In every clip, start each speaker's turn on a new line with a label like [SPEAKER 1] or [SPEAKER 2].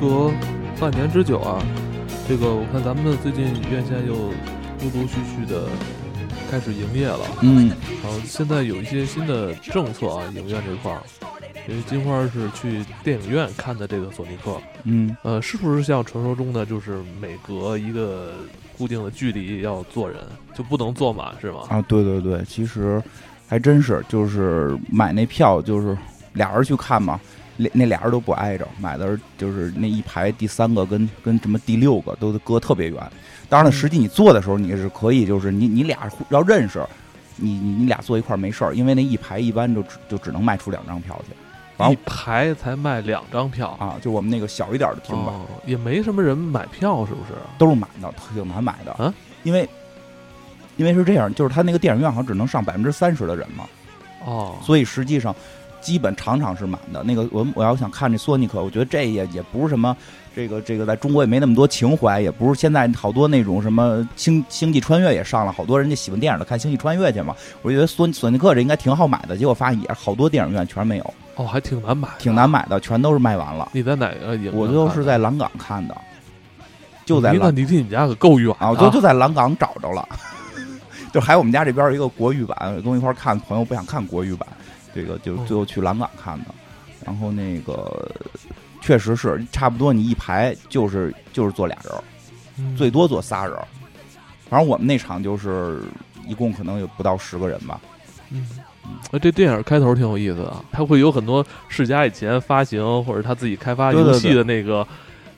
[SPEAKER 1] 隔半年之久啊，这个我看咱们最近院线又陆陆续续的开始营业了，
[SPEAKER 2] 嗯，
[SPEAKER 1] 然后现在有一些新的政策啊，影院这块儿，因为金花是去电影院看的这个《索尼克》，
[SPEAKER 2] 嗯，
[SPEAKER 1] 呃，是不是像传说中的，就是每隔一个固定的距离要坐人，就不能坐满是吗？
[SPEAKER 2] 啊，对对对，其实还真是，就是买那票就是俩人去看嘛，那那俩人都不挨着，买的是就是那一排第三个跟跟什么第六个都隔特别远。当然了，
[SPEAKER 1] 嗯
[SPEAKER 2] 实际你坐的时候你是可以，就是你你俩互要认识，你你你俩坐一块儿没事儿，因为那一排一般就只就只能卖出两张票去啊
[SPEAKER 1] 一排才卖两张票，
[SPEAKER 2] 啊，就我们那个小一点的厅吧，
[SPEAKER 1] 哦，也没什么人买票，是不是？
[SPEAKER 2] 都是满的，挺难买的，
[SPEAKER 1] 啊
[SPEAKER 2] 因为因为是这样，就是他那个电影院好像只能上百分之三十的人嘛。
[SPEAKER 1] 哦，
[SPEAKER 2] 所以实际上基本场场是满的。那个我我要想看这索尼克，我觉得这也也不是什么。这个这个在中国也没那么多情怀，也不是现在好多那种什么星星际穿越也上了，好多人家喜欢电影的看星际穿越去嘛。我觉得索索尼克这应该挺好买的，结果发现也好多电影院全没有，
[SPEAKER 1] 哦，还挺难买，
[SPEAKER 2] 挺。难买的，全都是卖完了。
[SPEAKER 1] 你在哪呃个影院看的？
[SPEAKER 2] 我就是在蓝港看的，就在
[SPEAKER 1] 你那
[SPEAKER 2] 蓝
[SPEAKER 1] 离你们家可够远
[SPEAKER 2] 啊，我就就在蓝港找着了。 就还有我们家这边有一个国语版，跟我一块儿看，朋友不想看国语版，这个就
[SPEAKER 1] 嗯
[SPEAKER 2] 最后去蓝港看的。然后那个确实是差不多，你一排就是就是坐俩人儿，
[SPEAKER 1] 嗯
[SPEAKER 2] 最多坐仨人儿。反正我们那场就是一共可能有不到十个人吧。
[SPEAKER 1] 嗯，呃这电影开头挺有意思的，啊它会有很多世嘉以前发行或者他自己开发
[SPEAKER 2] 对对
[SPEAKER 1] 游
[SPEAKER 2] 对
[SPEAKER 1] 戏的那个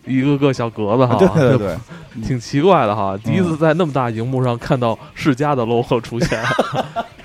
[SPEAKER 1] 一个个小格子哈，
[SPEAKER 2] 对 对嗯对，
[SPEAKER 1] 就挺奇怪的哈。第一次在那么大荧幕上看到世嘉的 logo 出 现，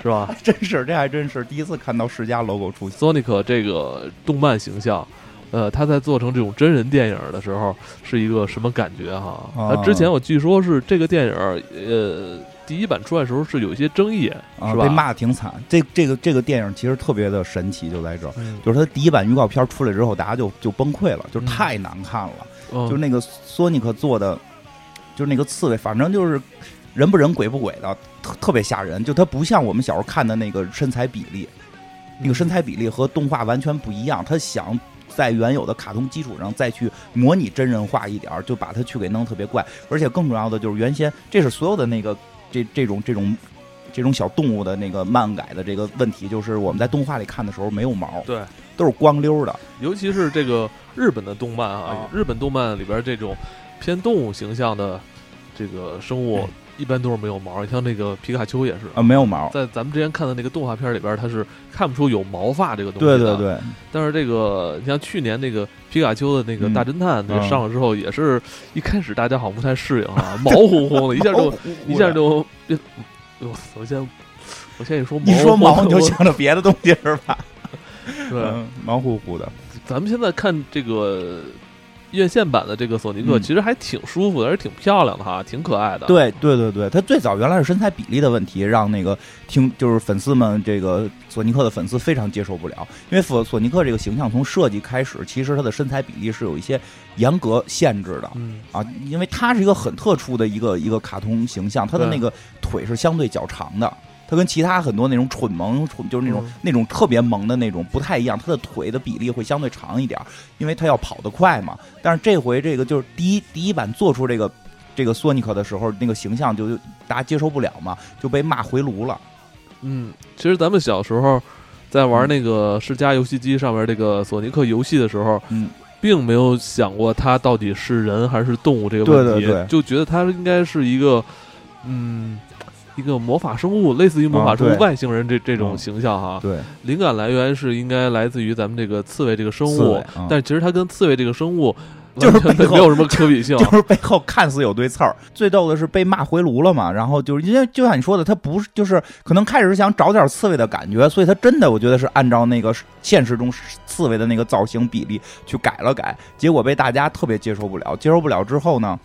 [SPEAKER 1] 是吧
[SPEAKER 2] 真是这还真是第一次看到世嘉 logo 出现。
[SPEAKER 1] ？Sonic 这个动漫形象。呃，他在做成这种真人电影的时候是一个什么感觉哈？
[SPEAKER 2] 啊
[SPEAKER 1] 他之前我据说是这个电影，呃，第一版出来的时候是有一些争议，
[SPEAKER 2] 啊，
[SPEAKER 1] 是吧
[SPEAKER 2] 被骂的挺惨。这这个这个电影其实特别的神奇，就在这儿，
[SPEAKER 1] 嗯，
[SPEAKER 2] 就是它第一版预告片出来之后，大家就就崩溃了，就
[SPEAKER 1] 嗯
[SPEAKER 2] 是太难看了。
[SPEAKER 1] 嗯
[SPEAKER 2] 就是那个索尼克做的，就是那个刺猬，反正就是人不人鬼不鬼的，特特别吓人。就它不像我们小时候看的那个身材比例，那个身材比例和动画完全不一样。他想在原有的卡通基础上再去模拟真人化一点儿，就把它去给弄特别怪。而且更重要的就是原先这是所有的那个这这种这种。这种小动物的那个漫改的这个问题，就是我们在动画里看的时候没有毛，
[SPEAKER 1] 对，
[SPEAKER 2] 都是光溜儿的。
[SPEAKER 1] 尤其是这个日本的动漫啊
[SPEAKER 2] 啊，
[SPEAKER 1] 日本动漫里边这种偏动物形象的这个生
[SPEAKER 2] 嗯
[SPEAKER 1] 物，一般都是没有毛。像那个皮卡丘也是，
[SPEAKER 2] 啊，没有毛。
[SPEAKER 1] 在咱们之前看的那个动画片里边，它是看不出有毛发这个东西
[SPEAKER 2] 对
[SPEAKER 1] 的。
[SPEAKER 2] 对。对，
[SPEAKER 1] 但是这个，你像去年那个皮卡丘的那个
[SPEAKER 2] 嗯
[SPEAKER 1] 大侦探，那个
[SPEAKER 2] 嗯
[SPEAKER 1] 上了之后，也是一开始大家好像不太适应啊，毛乎乎的，一下
[SPEAKER 2] 毛
[SPEAKER 1] 就
[SPEAKER 2] 乎乎
[SPEAKER 1] 一下
[SPEAKER 2] 的
[SPEAKER 1] 就变。哎呦我先我先一说毛，
[SPEAKER 2] 一说毛你就
[SPEAKER 1] 我
[SPEAKER 2] 想着别的东西是吧？
[SPEAKER 1] 对。
[SPEAKER 2] 嗯，毛乎乎的。
[SPEAKER 1] 咱们现在看这个院线版的这个索尼克，
[SPEAKER 2] 嗯
[SPEAKER 1] 其实还挺舒服的，而且挺漂亮的哈，挺可爱的。，
[SPEAKER 2] 对对对对，他最早原来是身材比例的问题，让那个听就是粉丝们这个索尼克的粉丝非常接受不了，因为索索尼克这个形象从设计开始，其实他的身材比例是有一些严格限制的。
[SPEAKER 1] 嗯，
[SPEAKER 2] 啊，因为他是一个很特殊的一个一个卡通形象，他的
[SPEAKER 1] 对
[SPEAKER 2] 那个腿是相对较长的，他跟其他很多那种蠢萌蠢就是那种、
[SPEAKER 1] 嗯
[SPEAKER 2] 那种特别萌的那种不太一样，他的腿的比例会相对长一点儿，因为他要跑得快嘛。但是这回这个就是第一第一版做出这个这个索尼克的时候，那个形象就就大家接受不了嘛，就被骂回炉了。
[SPEAKER 1] 嗯，其实咱们小时候在玩那个世嘉游戏机上面这个索尼克游戏的时候，
[SPEAKER 2] 嗯，
[SPEAKER 1] 并没有想过它到底是人还是动物这个问题，
[SPEAKER 2] 对对对
[SPEAKER 1] 就觉得它应该是一个，嗯。一个魔法生物，类似于魔法生物、
[SPEAKER 2] 啊对
[SPEAKER 1] 外星人这这种
[SPEAKER 2] 嗯
[SPEAKER 1] 形象哈，
[SPEAKER 2] 对，
[SPEAKER 1] 灵感来源是应该来自于咱们这个刺猬这个生
[SPEAKER 2] 刺
[SPEAKER 1] 物
[SPEAKER 2] 猬，嗯
[SPEAKER 1] 但其实它跟刺猬这个生物
[SPEAKER 2] 就是
[SPEAKER 1] 完
[SPEAKER 2] 背
[SPEAKER 1] 全
[SPEAKER 2] 后
[SPEAKER 1] 没有什么可比性。
[SPEAKER 2] 就是背后看似有对刺儿。最逗的是被骂回炉了嘛，然后就是因为就像你说的，他不是就是可能开始想找点刺猬的感觉，所以他真的我觉得是按照那个现实中刺猬的那个造型比例去改了改，结果被大家特别接受不了，接受不了之后呢。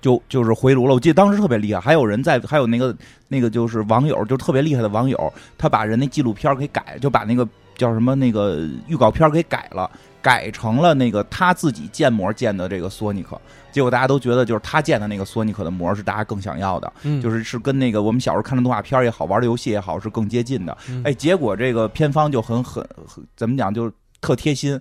[SPEAKER 2] 就就是回炉了，我记得当时特别厉害，还有人在，还有那个那个就是网友，就特别厉害的网友，他把人那纪录片儿给改，就把那个叫什么那个预告片儿给改了，改成了那个他自己建模建的这个索尼克，结果大家都觉得就是他建的那个索尼克的模是大家更想要的，
[SPEAKER 1] 嗯
[SPEAKER 2] 就是是跟那个我们小时候看的动画片儿也好，玩的游戏也好是更接近的。
[SPEAKER 1] 嗯
[SPEAKER 2] 哎，结果这个片方就很很很怎么讲，就是特贴心。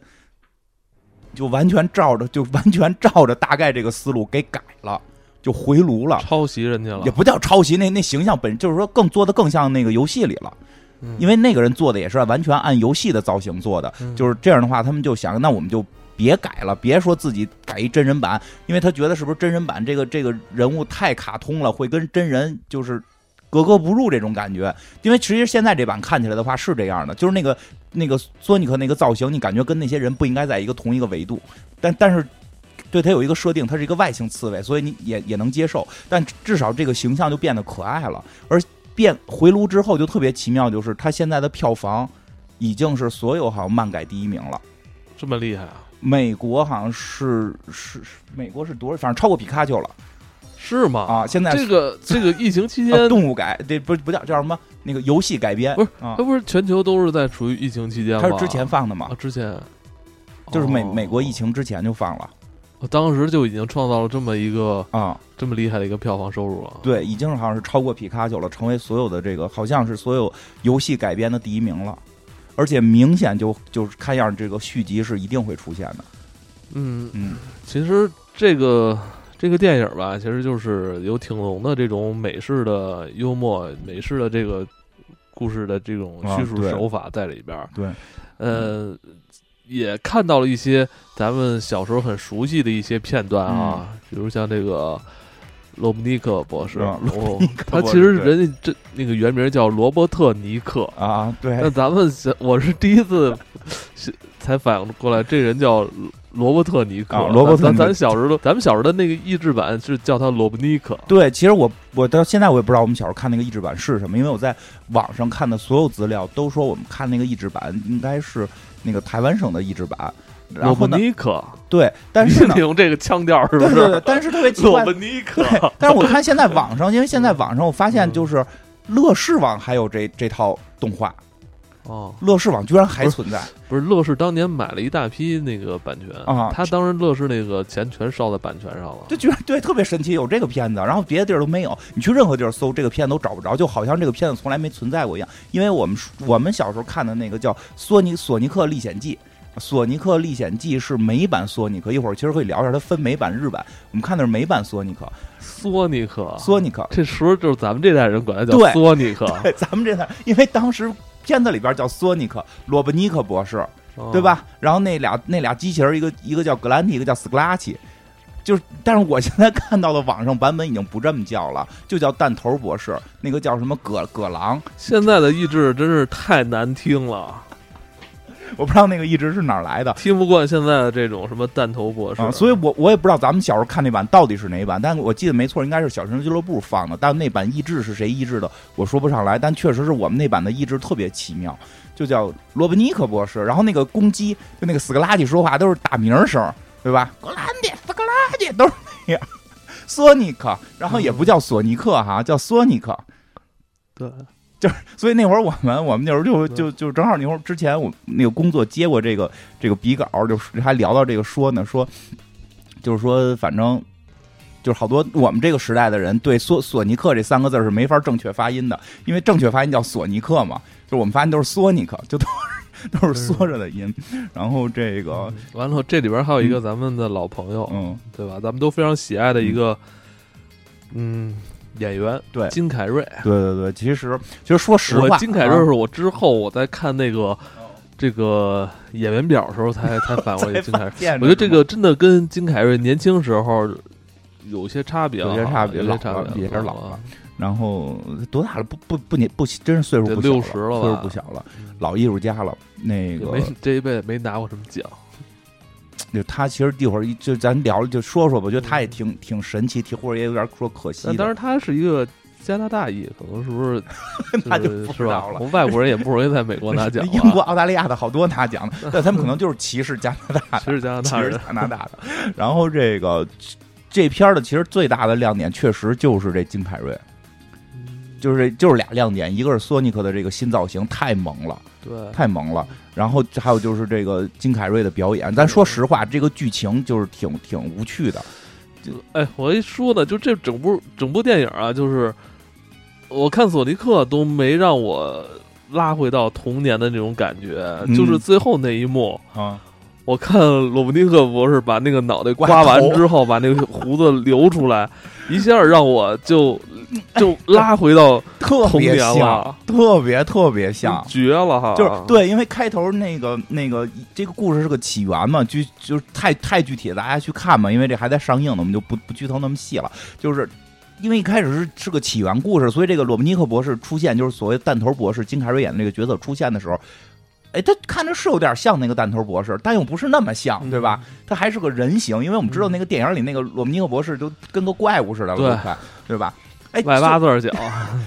[SPEAKER 2] 就完全照着，就完全照着大概这个思路给改了，就回炉了，
[SPEAKER 1] 抄袭人家了
[SPEAKER 2] 也，不叫抄袭，那那形象本就是说更做的更像那个游戏里了，
[SPEAKER 1] 嗯
[SPEAKER 2] 因为那个人做的也是完全按游戏的造型做的，
[SPEAKER 1] 嗯
[SPEAKER 2] 就是这样的话，他们就想，那我们就别改了，别说自己改一真人版，因为他觉得是不是真人版这个这个人物太卡通了，会跟真人就是格格不入这种感觉。因为其实现在这版看起来的话是这样的，就是那个那个索尼克那个造型，你感觉跟那些人不应该在一个同一个维度，但但是。对他有一个设定，他是一个外星刺猬，所以你也也能接受，但至少这个形象就变得可爱了。而变回炉之后就特别奇妙，就是他现在的票房已经是所有好像漫改第一名了。
[SPEAKER 1] 这么厉害啊？
[SPEAKER 2] 美国好像是是是美国是多少，反正超过皮卡丘了
[SPEAKER 1] 是吗？
[SPEAKER 2] 啊！现在
[SPEAKER 1] 这个这个疫情期
[SPEAKER 2] 呃
[SPEAKER 1] 间，
[SPEAKER 2] 动物改，这不不叫叫什么那个游戏改编，
[SPEAKER 1] 不是
[SPEAKER 2] 啊
[SPEAKER 1] 它，不是全球都是在处于疫情期间吗？
[SPEAKER 2] 它是之前放的嘛
[SPEAKER 1] 啊，，之前
[SPEAKER 2] 就是美
[SPEAKER 1] 哦
[SPEAKER 2] 美国疫情之前就放了
[SPEAKER 1] 我当时就已经创造了这么一个
[SPEAKER 2] 啊，
[SPEAKER 1] 这么厉害的一个票房收入了。
[SPEAKER 2] 对，已经好像是超过皮卡丘了，成为所有的这个好像是所有游戏改编的第一名了。而且明显就就是看样，这个续集是一定会出现的。
[SPEAKER 1] 嗯，
[SPEAKER 2] 嗯，
[SPEAKER 1] 其实这个这个电影吧，其实就是有挺浓的这种美式的幽默、美式的这个故事的这种叙
[SPEAKER 2] 啊
[SPEAKER 1] 述
[SPEAKER 2] 对
[SPEAKER 1] 手法在里边儿。
[SPEAKER 2] 对，
[SPEAKER 1] 呃，也看到了一些咱们小时候很熟悉的一些片段啊，比如像这个。罗姆尼克博士，
[SPEAKER 2] 嗯啊
[SPEAKER 1] 哦
[SPEAKER 2] 克
[SPEAKER 1] 他
[SPEAKER 2] 博士
[SPEAKER 1] 其实
[SPEAKER 2] 对
[SPEAKER 1] 人家这那个原名叫罗伯特尼克，
[SPEAKER 2] 啊，
[SPEAKER 1] 那
[SPEAKER 2] 对，
[SPEAKER 1] 咱们是我是第一次是才反应过来，这人叫罗伯特尼克。
[SPEAKER 2] 啊罗伯特
[SPEAKER 1] 咱
[SPEAKER 2] 尼克
[SPEAKER 1] 咱咱小时候都，咱们小时候的那个译制版是叫他罗伯尼克。
[SPEAKER 2] 对，其实我我到现在我也不知道我们小时候看那个译制版是什么，因为我在网上看的所有资料都说我们看那个译制版应该是那个台湾省的译制版，然
[SPEAKER 1] 罗
[SPEAKER 2] 后
[SPEAKER 1] 伯
[SPEAKER 2] 呢，
[SPEAKER 1] 尼克，
[SPEAKER 2] 对，但 是呢
[SPEAKER 1] 你，用这个腔调是不
[SPEAKER 2] 对
[SPEAKER 1] 是？
[SPEAKER 2] 对对，但是特别奇
[SPEAKER 1] 罗
[SPEAKER 2] 怪
[SPEAKER 1] 伯，尼克
[SPEAKER 2] 对，但是我看现在网上，因为现在网上我发
[SPEAKER 1] 嗯
[SPEAKER 2] 现就是乐视网还有这这套动画，
[SPEAKER 1] 哦，
[SPEAKER 2] 乐视网居然还存在，
[SPEAKER 1] 不是乐视当年买了一大批那个版权
[SPEAKER 2] 啊
[SPEAKER 1] 他当时乐视那个钱全烧在版权上了。
[SPEAKER 2] 这居然对特别神奇，有这个片子，然后别的地儿都没有。你去任何地儿搜这个片子都找不着，就好像这个片子从来没存在过一样。因为我们我们小时候看的那个叫《索尼索尼克历险记》。《索尼克历险记》是美版索尼克，一会儿其实可以聊一下，它分美版、日版。我们看的是美版索尼克，
[SPEAKER 1] 索尼克，
[SPEAKER 2] 索尼克。
[SPEAKER 1] 这时候就是咱们这代人管他叫
[SPEAKER 2] 对
[SPEAKER 1] 索尼克，
[SPEAKER 2] 对，咱们这台，因为当时片子里边叫索尼克，罗伯尼克博士，
[SPEAKER 1] 哦？
[SPEAKER 2] 对吧？然后那俩那俩机器人，一个一个叫格兰蒂，一个叫斯克拉奇，就是，但是我现在 看到的网上版本已经不这么叫了，就叫弹头博士，那个叫什么葛葛狼，
[SPEAKER 1] 现在的译制真是太难听了。
[SPEAKER 2] 我不知道那个一直是哪儿来的。
[SPEAKER 1] 听不惯现在的这种什么弹头博士，
[SPEAKER 2] 啊、所以我我也不知道咱们小时候看那版到底是哪一版，但我记得没错，应该是小神俱乐部放的。但那版译制是谁译制的，我说不上来。但确实是我们那版的译制特别奇妙，就叫罗伯尼克博士。然后那个公鸡，就那个斯克拉蒂说话都是打鸣声，对吧？格兰蒂、斯克拉蒂都是那样。索尼克，然后也不叫索尼克哈，叫索尼克。
[SPEAKER 1] 对，
[SPEAKER 2] 啊所以那会儿我们我们那会儿就
[SPEAKER 1] 对
[SPEAKER 2] 就就正好那会儿之前我那个工作接过这个这个笔稿，就是还聊到这个说呢，说就是说反正。就是好多我们这个时代的人对索索尼克这三个字儿是没法正确发音的，因为正确发音叫索尼克嘛，就是我们发音都是索尼克，就都是都是缩着的音。然后这个，
[SPEAKER 1] 完了这里边还有一个咱们的老朋友，
[SPEAKER 2] 嗯，
[SPEAKER 1] 对吧？咱们都非常喜爱的一个，嗯，演员，
[SPEAKER 2] 对
[SPEAKER 1] 金凯瑞。
[SPEAKER 2] 嗯对对对，其实其实说实
[SPEAKER 1] 我
[SPEAKER 2] 话，
[SPEAKER 1] 金凯
[SPEAKER 2] 啊
[SPEAKER 1] 瑞是我之后我在看那个这个演员表的时候 才才反过来
[SPEAKER 2] 才
[SPEAKER 1] 金凯瑞
[SPEAKER 2] 发。现
[SPEAKER 1] 我觉得这
[SPEAKER 2] 是吗
[SPEAKER 1] 个真的跟金凯瑞年轻时候有些差别啊，
[SPEAKER 2] 有些差别
[SPEAKER 1] 有些差
[SPEAKER 2] 老了
[SPEAKER 1] 别，
[SPEAKER 2] 也是老了然后多大了？不不不年不，真是岁数
[SPEAKER 1] 得
[SPEAKER 2] 不小
[SPEAKER 1] 60了吧
[SPEAKER 2] 岁数不小了，
[SPEAKER 1] 嗯
[SPEAKER 2] 老艺术家了。那
[SPEAKER 1] 也
[SPEAKER 2] 个
[SPEAKER 1] 没这一辈子没拿过什么奖。
[SPEAKER 2] 就他其实一会儿一就咱聊就说说吧，我觉得他也挺挺神奇，挺或者也有点说可惜
[SPEAKER 1] 但当
[SPEAKER 2] 的。
[SPEAKER 1] 然，他是一个加拿大裔，可能是不 是是？
[SPEAKER 2] 那就是不知道了
[SPEAKER 1] 我们外国人也不容易在美国拿奖啊。
[SPEAKER 2] 英国、澳大利亚的好多拿奖的，但他们可能就是歧视加拿大的，
[SPEAKER 1] 其实加拿
[SPEAKER 2] 啊其
[SPEAKER 1] 大
[SPEAKER 2] 实
[SPEAKER 1] 人，
[SPEAKER 2] 加拿大的。然后这个这片儿的其实最大的亮点确实就是这金凯瑞，
[SPEAKER 1] 嗯
[SPEAKER 2] 就是这就是俩亮点，一个是索尼克的这个新造型太萌了，
[SPEAKER 1] 对，
[SPEAKER 2] 太萌了。然后还有就是这个金凯瑞的表演，咱说实话，这个剧情就是挺挺无趣的。
[SPEAKER 1] 哎，我一说呢，就这整部整部电影啊，就是我看索尼克都没让我拉回到童年的那种感觉，
[SPEAKER 2] 嗯
[SPEAKER 1] 就是最后那一幕，
[SPEAKER 2] 啊，
[SPEAKER 1] 我看罗伯尼克博士把那个脑袋刮
[SPEAKER 2] 刮
[SPEAKER 1] 完
[SPEAKER 2] 头
[SPEAKER 1] 之后，把那个胡子留出来，一下让我就就拉回到
[SPEAKER 2] 特
[SPEAKER 1] 童
[SPEAKER 2] 别
[SPEAKER 1] 年
[SPEAKER 2] 像，
[SPEAKER 1] 了，
[SPEAKER 2] 特别特别像。
[SPEAKER 1] 绝了哈！
[SPEAKER 2] 就是对，因为开头那个那个这个故事是个起源嘛，就就是太太具体了，大家去看嘛，因为这还在上映呢，我们就不不剧透那么细了。就是因为一开始是是个起源故事，所以这个罗伯尼克博士出现，就是所谓弹头博士金凯瑞演的这个角色出现的时候。哎，他看着是有点像那个弹头博士，但又不是那么像，对吧？
[SPEAKER 1] 嗯
[SPEAKER 2] 他还是个人形，因为我们知道那个电影里那个罗伯尼克博士都跟个怪物似的了，
[SPEAKER 1] 对
[SPEAKER 2] 都快对吧？哎，
[SPEAKER 1] 嗯外
[SPEAKER 2] 就
[SPEAKER 1] 八字儿脚，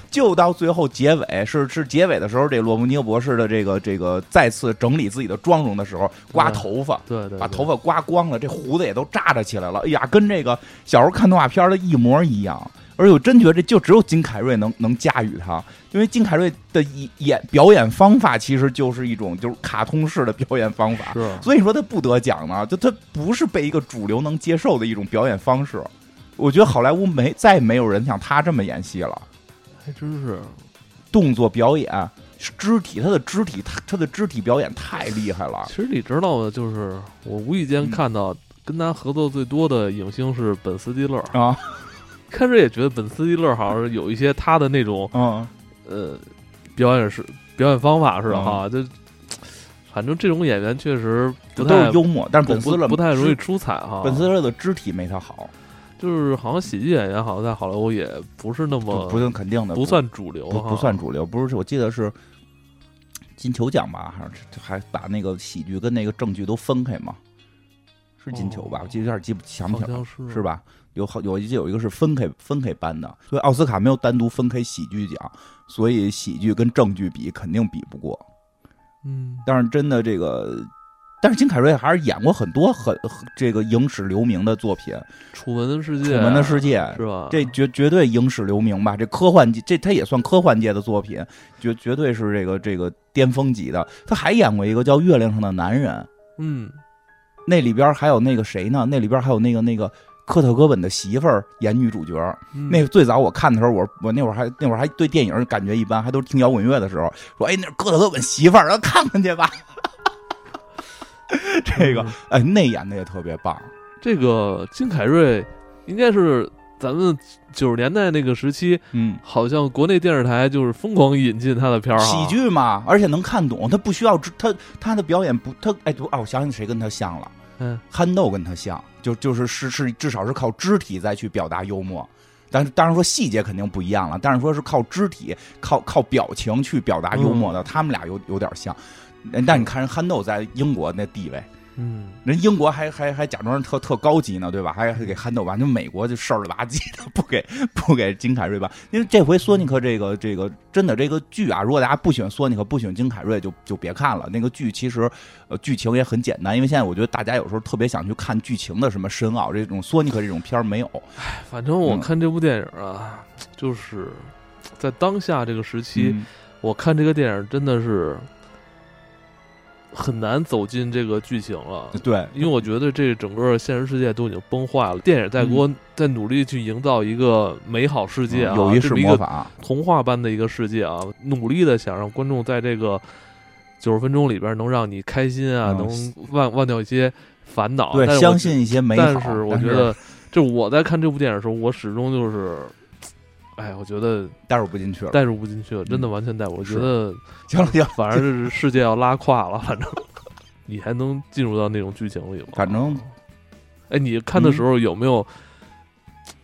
[SPEAKER 2] 就到最后结尾，是是结尾的时候，这罗姆尼克博士的这个这个再次整理自己的妆容的时候，刮头发，
[SPEAKER 1] 对对对，
[SPEAKER 2] 把头发刮光了，这胡子也都扎着起来了。哎呀，跟这个小时候看动画片的一模一样。而且我真觉得这就只有金凯瑞能能驾驭他，因为金凯瑞的演演表演方法其实就是一种就是卡通式的表演方法，
[SPEAKER 1] 是
[SPEAKER 2] 所以说他不得奖呢，就他不是被一个主流能接受的一种表演方式。我觉得好莱坞没再没有人像他这么演戏了。
[SPEAKER 1] 还真是。
[SPEAKER 2] 动作表演、肢体，他的肢体，他他的肢体表演太厉害了。
[SPEAKER 1] 其实你知道吗？就是我无意间
[SPEAKER 2] 嗯
[SPEAKER 1] 看到跟他合作最多的影星是本斯蒂勒，
[SPEAKER 2] 啊，
[SPEAKER 1] 开始也觉得本斯蒂勒好像是有一些他的那种
[SPEAKER 2] 嗯，
[SPEAKER 1] 呃表演是表演方法似的
[SPEAKER 2] 嗯
[SPEAKER 1] 哈，就反正这种演员确实不
[SPEAKER 2] 都是
[SPEAKER 1] 太
[SPEAKER 2] 幽默，但是
[SPEAKER 1] 不
[SPEAKER 2] 本斯勒
[SPEAKER 1] 不不太容易啊
[SPEAKER 2] 肢，
[SPEAKER 1] 出彩哈。
[SPEAKER 2] 本斯勒的肢体没他好，
[SPEAKER 1] 就是好像喜剧演员，好像在好莱坞也不是那么
[SPEAKER 2] 不不是肯定的，
[SPEAKER 1] 不算主流啊
[SPEAKER 2] 不
[SPEAKER 1] 哈，
[SPEAKER 2] 不算主流，不是，我记得是金球奖吧，还是还把那个喜剧跟那个正剧都分开嘛，是金球吧？
[SPEAKER 1] 哦
[SPEAKER 2] 我记得有点记不想不
[SPEAKER 1] 好
[SPEAKER 2] 起来了
[SPEAKER 1] 像，是
[SPEAKER 2] 是？吧？有好有我记得有一个是分开分开颁的，所以奥斯卡没有单独分开喜剧奖，所以喜剧跟正剧比肯定比不过。
[SPEAKER 1] 嗯，
[SPEAKER 2] 但是真的这个，但是金凯瑞还是演过很多很很这个影史留名的作品，
[SPEAKER 1] 楚门的世
[SPEAKER 2] 《
[SPEAKER 1] 界，啊
[SPEAKER 2] 楚门的世界》
[SPEAKER 1] 是吧？
[SPEAKER 2] 这绝绝对影史留名吧？这科幻界，这他也算科幻界的作品，绝绝对是这个这个巅峰级的。他还演过一个叫《月亮上的男人》，
[SPEAKER 1] 嗯，
[SPEAKER 2] 那里边还有那个谁呢？那里边还有那个那个科特·戈本的媳妇儿演女主角。
[SPEAKER 1] 嗯
[SPEAKER 2] 那个最早我看的时候，我我那会儿还那会儿还对电影感觉一般，还都是听摇滚乐的时候，说哎，那是哥特哥本媳妇儿，让看看去吧。 这个
[SPEAKER 1] 嗯
[SPEAKER 2] 哎，那演的也特别棒，
[SPEAKER 1] 这个金凯瑞应该是咱们九十年代那个时期，
[SPEAKER 2] 嗯，
[SPEAKER 1] 好像国内电视台就是疯狂引进他的片儿哈
[SPEAKER 2] 喜剧嘛，而且能看懂，他不需要知他他的表演不他哎不啊，我想想谁跟他像了，
[SPEAKER 1] 嗯，
[SPEAKER 2] 憨豆跟他像，就就是是是至少是靠肢体再去表达幽默。但是当然说细节肯定不一样了，但是说是靠肢体、靠靠表情去表达幽默的，
[SPEAKER 1] 嗯
[SPEAKER 2] 他们俩有有点像。但你看人憨豆在英国那地位，
[SPEAKER 1] 嗯，
[SPEAKER 2] 人英国还还还假装特特高级呢，对吧？还还给憨豆吧，就美国就事儿了吧唧的， 不给不给金凯瑞吧。因为这回索尼克这个这个真的这个剧啊，如果大家不喜欢索尼克，不喜欢金凯瑞，就就别看了。那个剧其实呃剧情也很简单，因为现在我觉得大家有时候特别想去看剧情的什么深奥，这种索尼克这种片儿没有。
[SPEAKER 1] 哎反正我
[SPEAKER 2] 嗯
[SPEAKER 1] 看这部电影啊，就是在当下这个时期，
[SPEAKER 2] 嗯
[SPEAKER 1] 我看这个电影真的是很难走进这个剧情了。
[SPEAKER 2] 嗯对，
[SPEAKER 1] 因为我觉得这整个现实世界都已经崩坏了，电影
[SPEAKER 2] 嗯
[SPEAKER 1] 在给我在努力去营造一个美好世界啊，
[SPEAKER 2] 嗯有一
[SPEAKER 1] 这
[SPEAKER 2] 是
[SPEAKER 1] 么一
[SPEAKER 2] 魔
[SPEAKER 1] 个
[SPEAKER 2] 法，
[SPEAKER 1] 童话般的一个世界啊，努力的想让观众在这个九十分钟里边能让你开心啊，
[SPEAKER 2] 嗯
[SPEAKER 1] 能忘忘掉一些烦恼。啊但
[SPEAKER 2] 对，
[SPEAKER 1] 是我
[SPEAKER 2] 相。信一些美好。
[SPEAKER 1] 但是我觉得，就是我在看这部电影的时候，我始终就是，哎，我觉得
[SPEAKER 2] 但是带入不进去了。
[SPEAKER 1] 代入不进去了，真的完全代入。我觉
[SPEAKER 2] 嗯是
[SPEAKER 1] 得
[SPEAKER 2] 行了行了，
[SPEAKER 1] 反而是世界要拉胯了，反正 你还能进入到那种剧情里吗？
[SPEAKER 2] 反正嗯
[SPEAKER 1] 哎，你看的时候有没有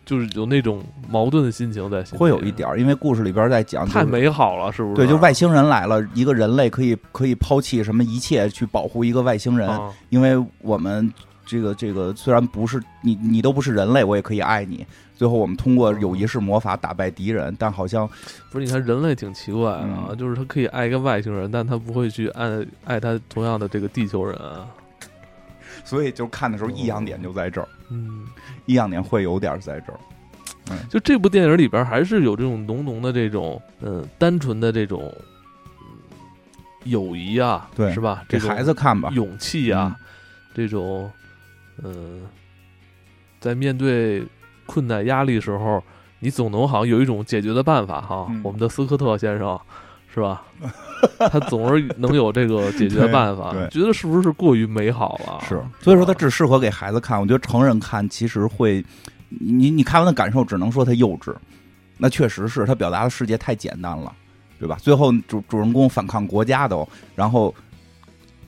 [SPEAKER 1] 就是有那种矛盾的心情在心里？
[SPEAKER 2] 会有一点儿，因为故事里边儿在讲就是
[SPEAKER 1] 太美好了，是不是？
[SPEAKER 2] 对，就外星人来了，一个人类可以可以抛弃什么一切去保护一个外星人，
[SPEAKER 1] 啊
[SPEAKER 2] 因为我们这个这个虽然不是你你都不是人类，我也可以爱你。最后我们通过有一式魔法打败敌人，但好像
[SPEAKER 1] 不是，你看人类挺奇怪的啊，
[SPEAKER 2] 嗯
[SPEAKER 1] 就是他可以爱一个外星人，但他不会去爱爱他同样的这个地球人啊。
[SPEAKER 2] 所以就看的时候异样点就在这儿，
[SPEAKER 1] 嗯，
[SPEAKER 2] 异样点会有点儿在这儿。
[SPEAKER 1] 就这部电影里边还是有这种浓浓的这种嗯单纯的这种嗯友谊啊，
[SPEAKER 2] 对
[SPEAKER 1] 是吧？
[SPEAKER 2] 给
[SPEAKER 1] 这种
[SPEAKER 2] 孩子看吧，嗯
[SPEAKER 1] 勇气啊，这种嗯、在面对困难压力时候，你总能好像有一种解决的办法哈。
[SPEAKER 2] 嗯
[SPEAKER 1] 我们的斯科特先生是 吧？他总是能有这个解决办法
[SPEAKER 2] 对对，
[SPEAKER 1] 觉得是不是过于美好了？
[SPEAKER 2] 是，所以说它
[SPEAKER 1] 吧
[SPEAKER 2] 只适合给孩子看，我觉得成人看其实会，你你看完的感受只能说他幼稚，那确实是他表达的世界太简单了，对吧？最后主主人公反抗国家都，然后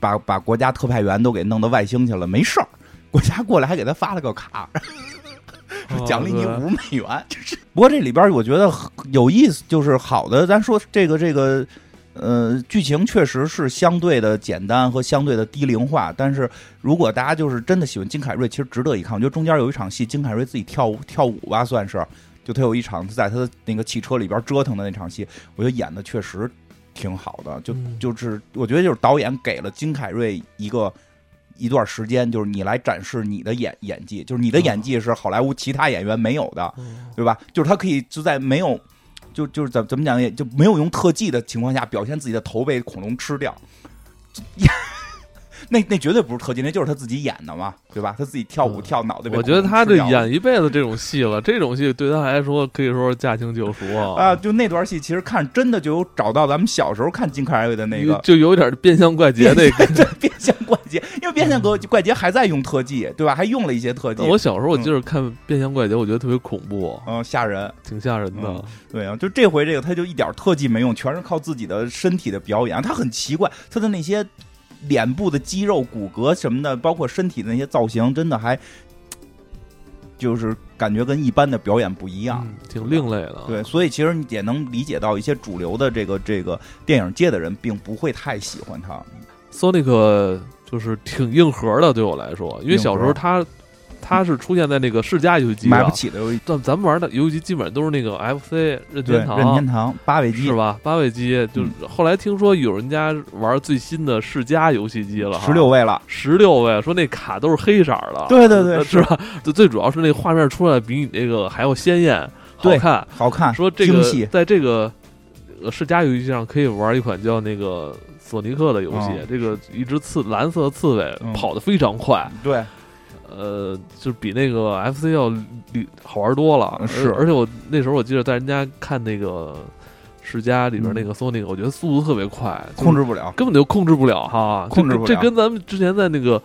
[SPEAKER 2] 把把国家特派员都给弄到外星去了，没事儿，国家过来还给他发了个卡，
[SPEAKER 1] 哦
[SPEAKER 2] 奖励你
[SPEAKER 1] 对
[SPEAKER 2] 五美元。这是不过这里边我觉得很有意思，就是好的，咱说这个这个。呃，剧情确实是相对的简单和相对的低龄化，但是如果大家就是真的喜欢金凯瑞，其实值得一看。我觉得中间有一场戏，金凯瑞自己跳舞跳舞吧，算是，就他有一场在他的那个汽车里边折腾的那场戏，我觉得演的确实挺好的，就
[SPEAKER 1] 嗯
[SPEAKER 2] 就是我觉得就是导演给了金凯瑞一个一段时间，就是你来展示你的演演技，就是你的演技是好莱坞其他演员没有的，
[SPEAKER 1] 嗯
[SPEAKER 2] 对吧？就是他可以就在没有。就就是怎怎么讲也就没有用特技的情况下表现自己的头被恐龙吃掉， 那那绝对不是特技，那就是他自己演的嘛，对吧？他自己跳舞
[SPEAKER 1] 嗯
[SPEAKER 2] 跳脑袋被
[SPEAKER 1] 我
[SPEAKER 2] 恐龙吃
[SPEAKER 1] 觉
[SPEAKER 2] 掉了。
[SPEAKER 1] 得他这演一辈子这种戏了，这种戏对他来说可以说是驾轻就熟啊。
[SPEAKER 2] 啊，就那段戏其实看真的就有找到咱们小时候看金凯瑞的那个
[SPEAKER 1] 就有点变相怪杰那 个。
[SPEAKER 2] 对变相怪杰，因为变相怪怪杰还在用特技，对吧？还用了一些特技，
[SPEAKER 1] 嗯我小时候我记得看《变相怪杰》，我觉得特别恐怖，
[SPEAKER 2] 嗯，吓人。
[SPEAKER 1] 挺吓人的
[SPEAKER 2] 嗯。对啊，就这回这个他就一点特技没用，全是靠自己的身体的表演。他很奇怪，他的那些脸部的肌肉、骨骼什么的，包括身体的那些造型，真的还就是感觉跟一般的表演不一样。
[SPEAKER 1] 嗯，挺另类的。
[SPEAKER 2] 对，所以其实你也能理解到一些主流的这个这个电影界的人并不会太喜欢他。
[SPEAKER 1] ，Sonic 就是挺硬核的，对我来说，因为小时候
[SPEAKER 2] 硬核
[SPEAKER 1] 他他是出现在那个世嘉游戏机
[SPEAKER 2] 买
[SPEAKER 1] 上
[SPEAKER 2] 不，起的游戏，
[SPEAKER 1] 但咱们玩的游戏机基本上都是那个 FC 任
[SPEAKER 2] 对
[SPEAKER 1] 天
[SPEAKER 2] 任
[SPEAKER 1] 堂。
[SPEAKER 2] 天堂八位机嗯
[SPEAKER 1] 是吧？八位机就是后来听说有人家玩最新的世嘉游戏机了哈，
[SPEAKER 2] 十六位了。
[SPEAKER 1] 十六位，说那卡都是黑色儿的，
[SPEAKER 2] 对对对
[SPEAKER 1] 呃是吧？就最主要是那画面出来比你那个还要鲜艳，好
[SPEAKER 2] 对
[SPEAKER 1] 看。
[SPEAKER 2] 好看，
[SPEAKER 1] 说这
[SPEAKER 2] 精
[SPEAKER 1] 个
[SPEAKER 2] 细，
[SPEAKER 1] 在这个呃世嘉游戏机上可以玩一款叫那个索尼克的游戏，
[SPEAKER 2] 嗯
[SPEAKER 1] 这个一只刺蓝色刺猬、
[SPEAKER 2] 嗯
[SPEAKER 1] 跑得非常快，
[SPEAKER 2] 对，
[SPEAKER 1] 呃，就比那个 FC 要里好玩多了。而
[SPEAKER 2] 嗯是
[SPEAKER 1] 而且我那时候我记得在人家看那个世嘉里边那个 Sony，、我觉得速度特别快，就是
[SPEAKER 2] 嗯控制不了。
[SPEAKER 1] 根本就控制不了哈，
[SPEAKER 2] 啊控制不了
[SPEAKER 1] 这这跟咱们之前在那个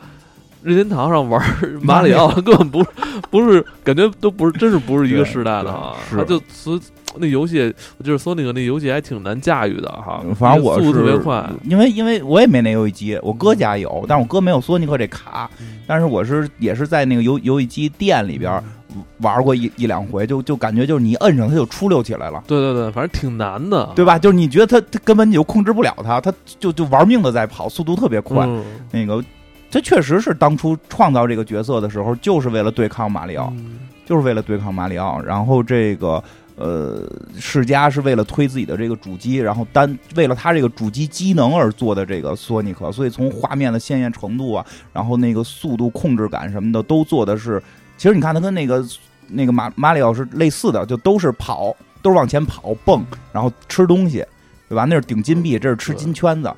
[SPEAKER 1] 任天堂上玩儿 马里奥根本不是不是，感觉都不是，真是不是一个时代的哈。
[SPEAKER 2] 对
[SPEAKER 1] 它
[SPEAKER 2] 对是
[SPEAKER 1] 就所以那游戏，我就是说那个那游戏还挺难驾驭的哈，
[SPEAKER 2] 嗯反正我
[SPEAKER 1] 啊速
[SPEAKER 2] 是
[SPEAKER 1] 度特别快。
[SPEAKER 2] 因为因为我也没那游戏机，我哥家有，但是我哥没有索尼克这卡，但是我是也是在那个游游戏机店嗯里边
[SPEAKER 1] 嗯
[SPEAKER 2] 玩过一一两回，就就感觉就是你摁上它就出溜起来了。
[SPEAKER 1] 对对对，反正挺难的，
[SPEAKER 2] 对吧？就是你觉得它它根本你就控制不了它，它就就玩命的在跑，速度特别快。
[SPEAKER 1] 嗯，
[SPEAKER 2] 那个，这确实是当初创造这个角色的时候，就是为了对抗马里奥。
[SPEAKER 1] 嗯
[SPEAKER 2] 就是为了对抗马里奥。然后这个呃，世嘉是为了推自己的这个主机，然后单为了它这个主机机能而做的这个索尼克，所以从画面的鲜艳程度啊，然后那个速度控制感什么的都做的是，其实你看它跟那个那个马马里奥是类似的，就都是跑，都是往前跑蹦，然后吃东西，对吧？那是顶金币，这是吃金圈子。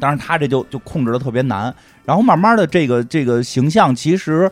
[SPEAKER 2] 当然，他这就就控制的特别难，然后慢慢的这个这个形象其实，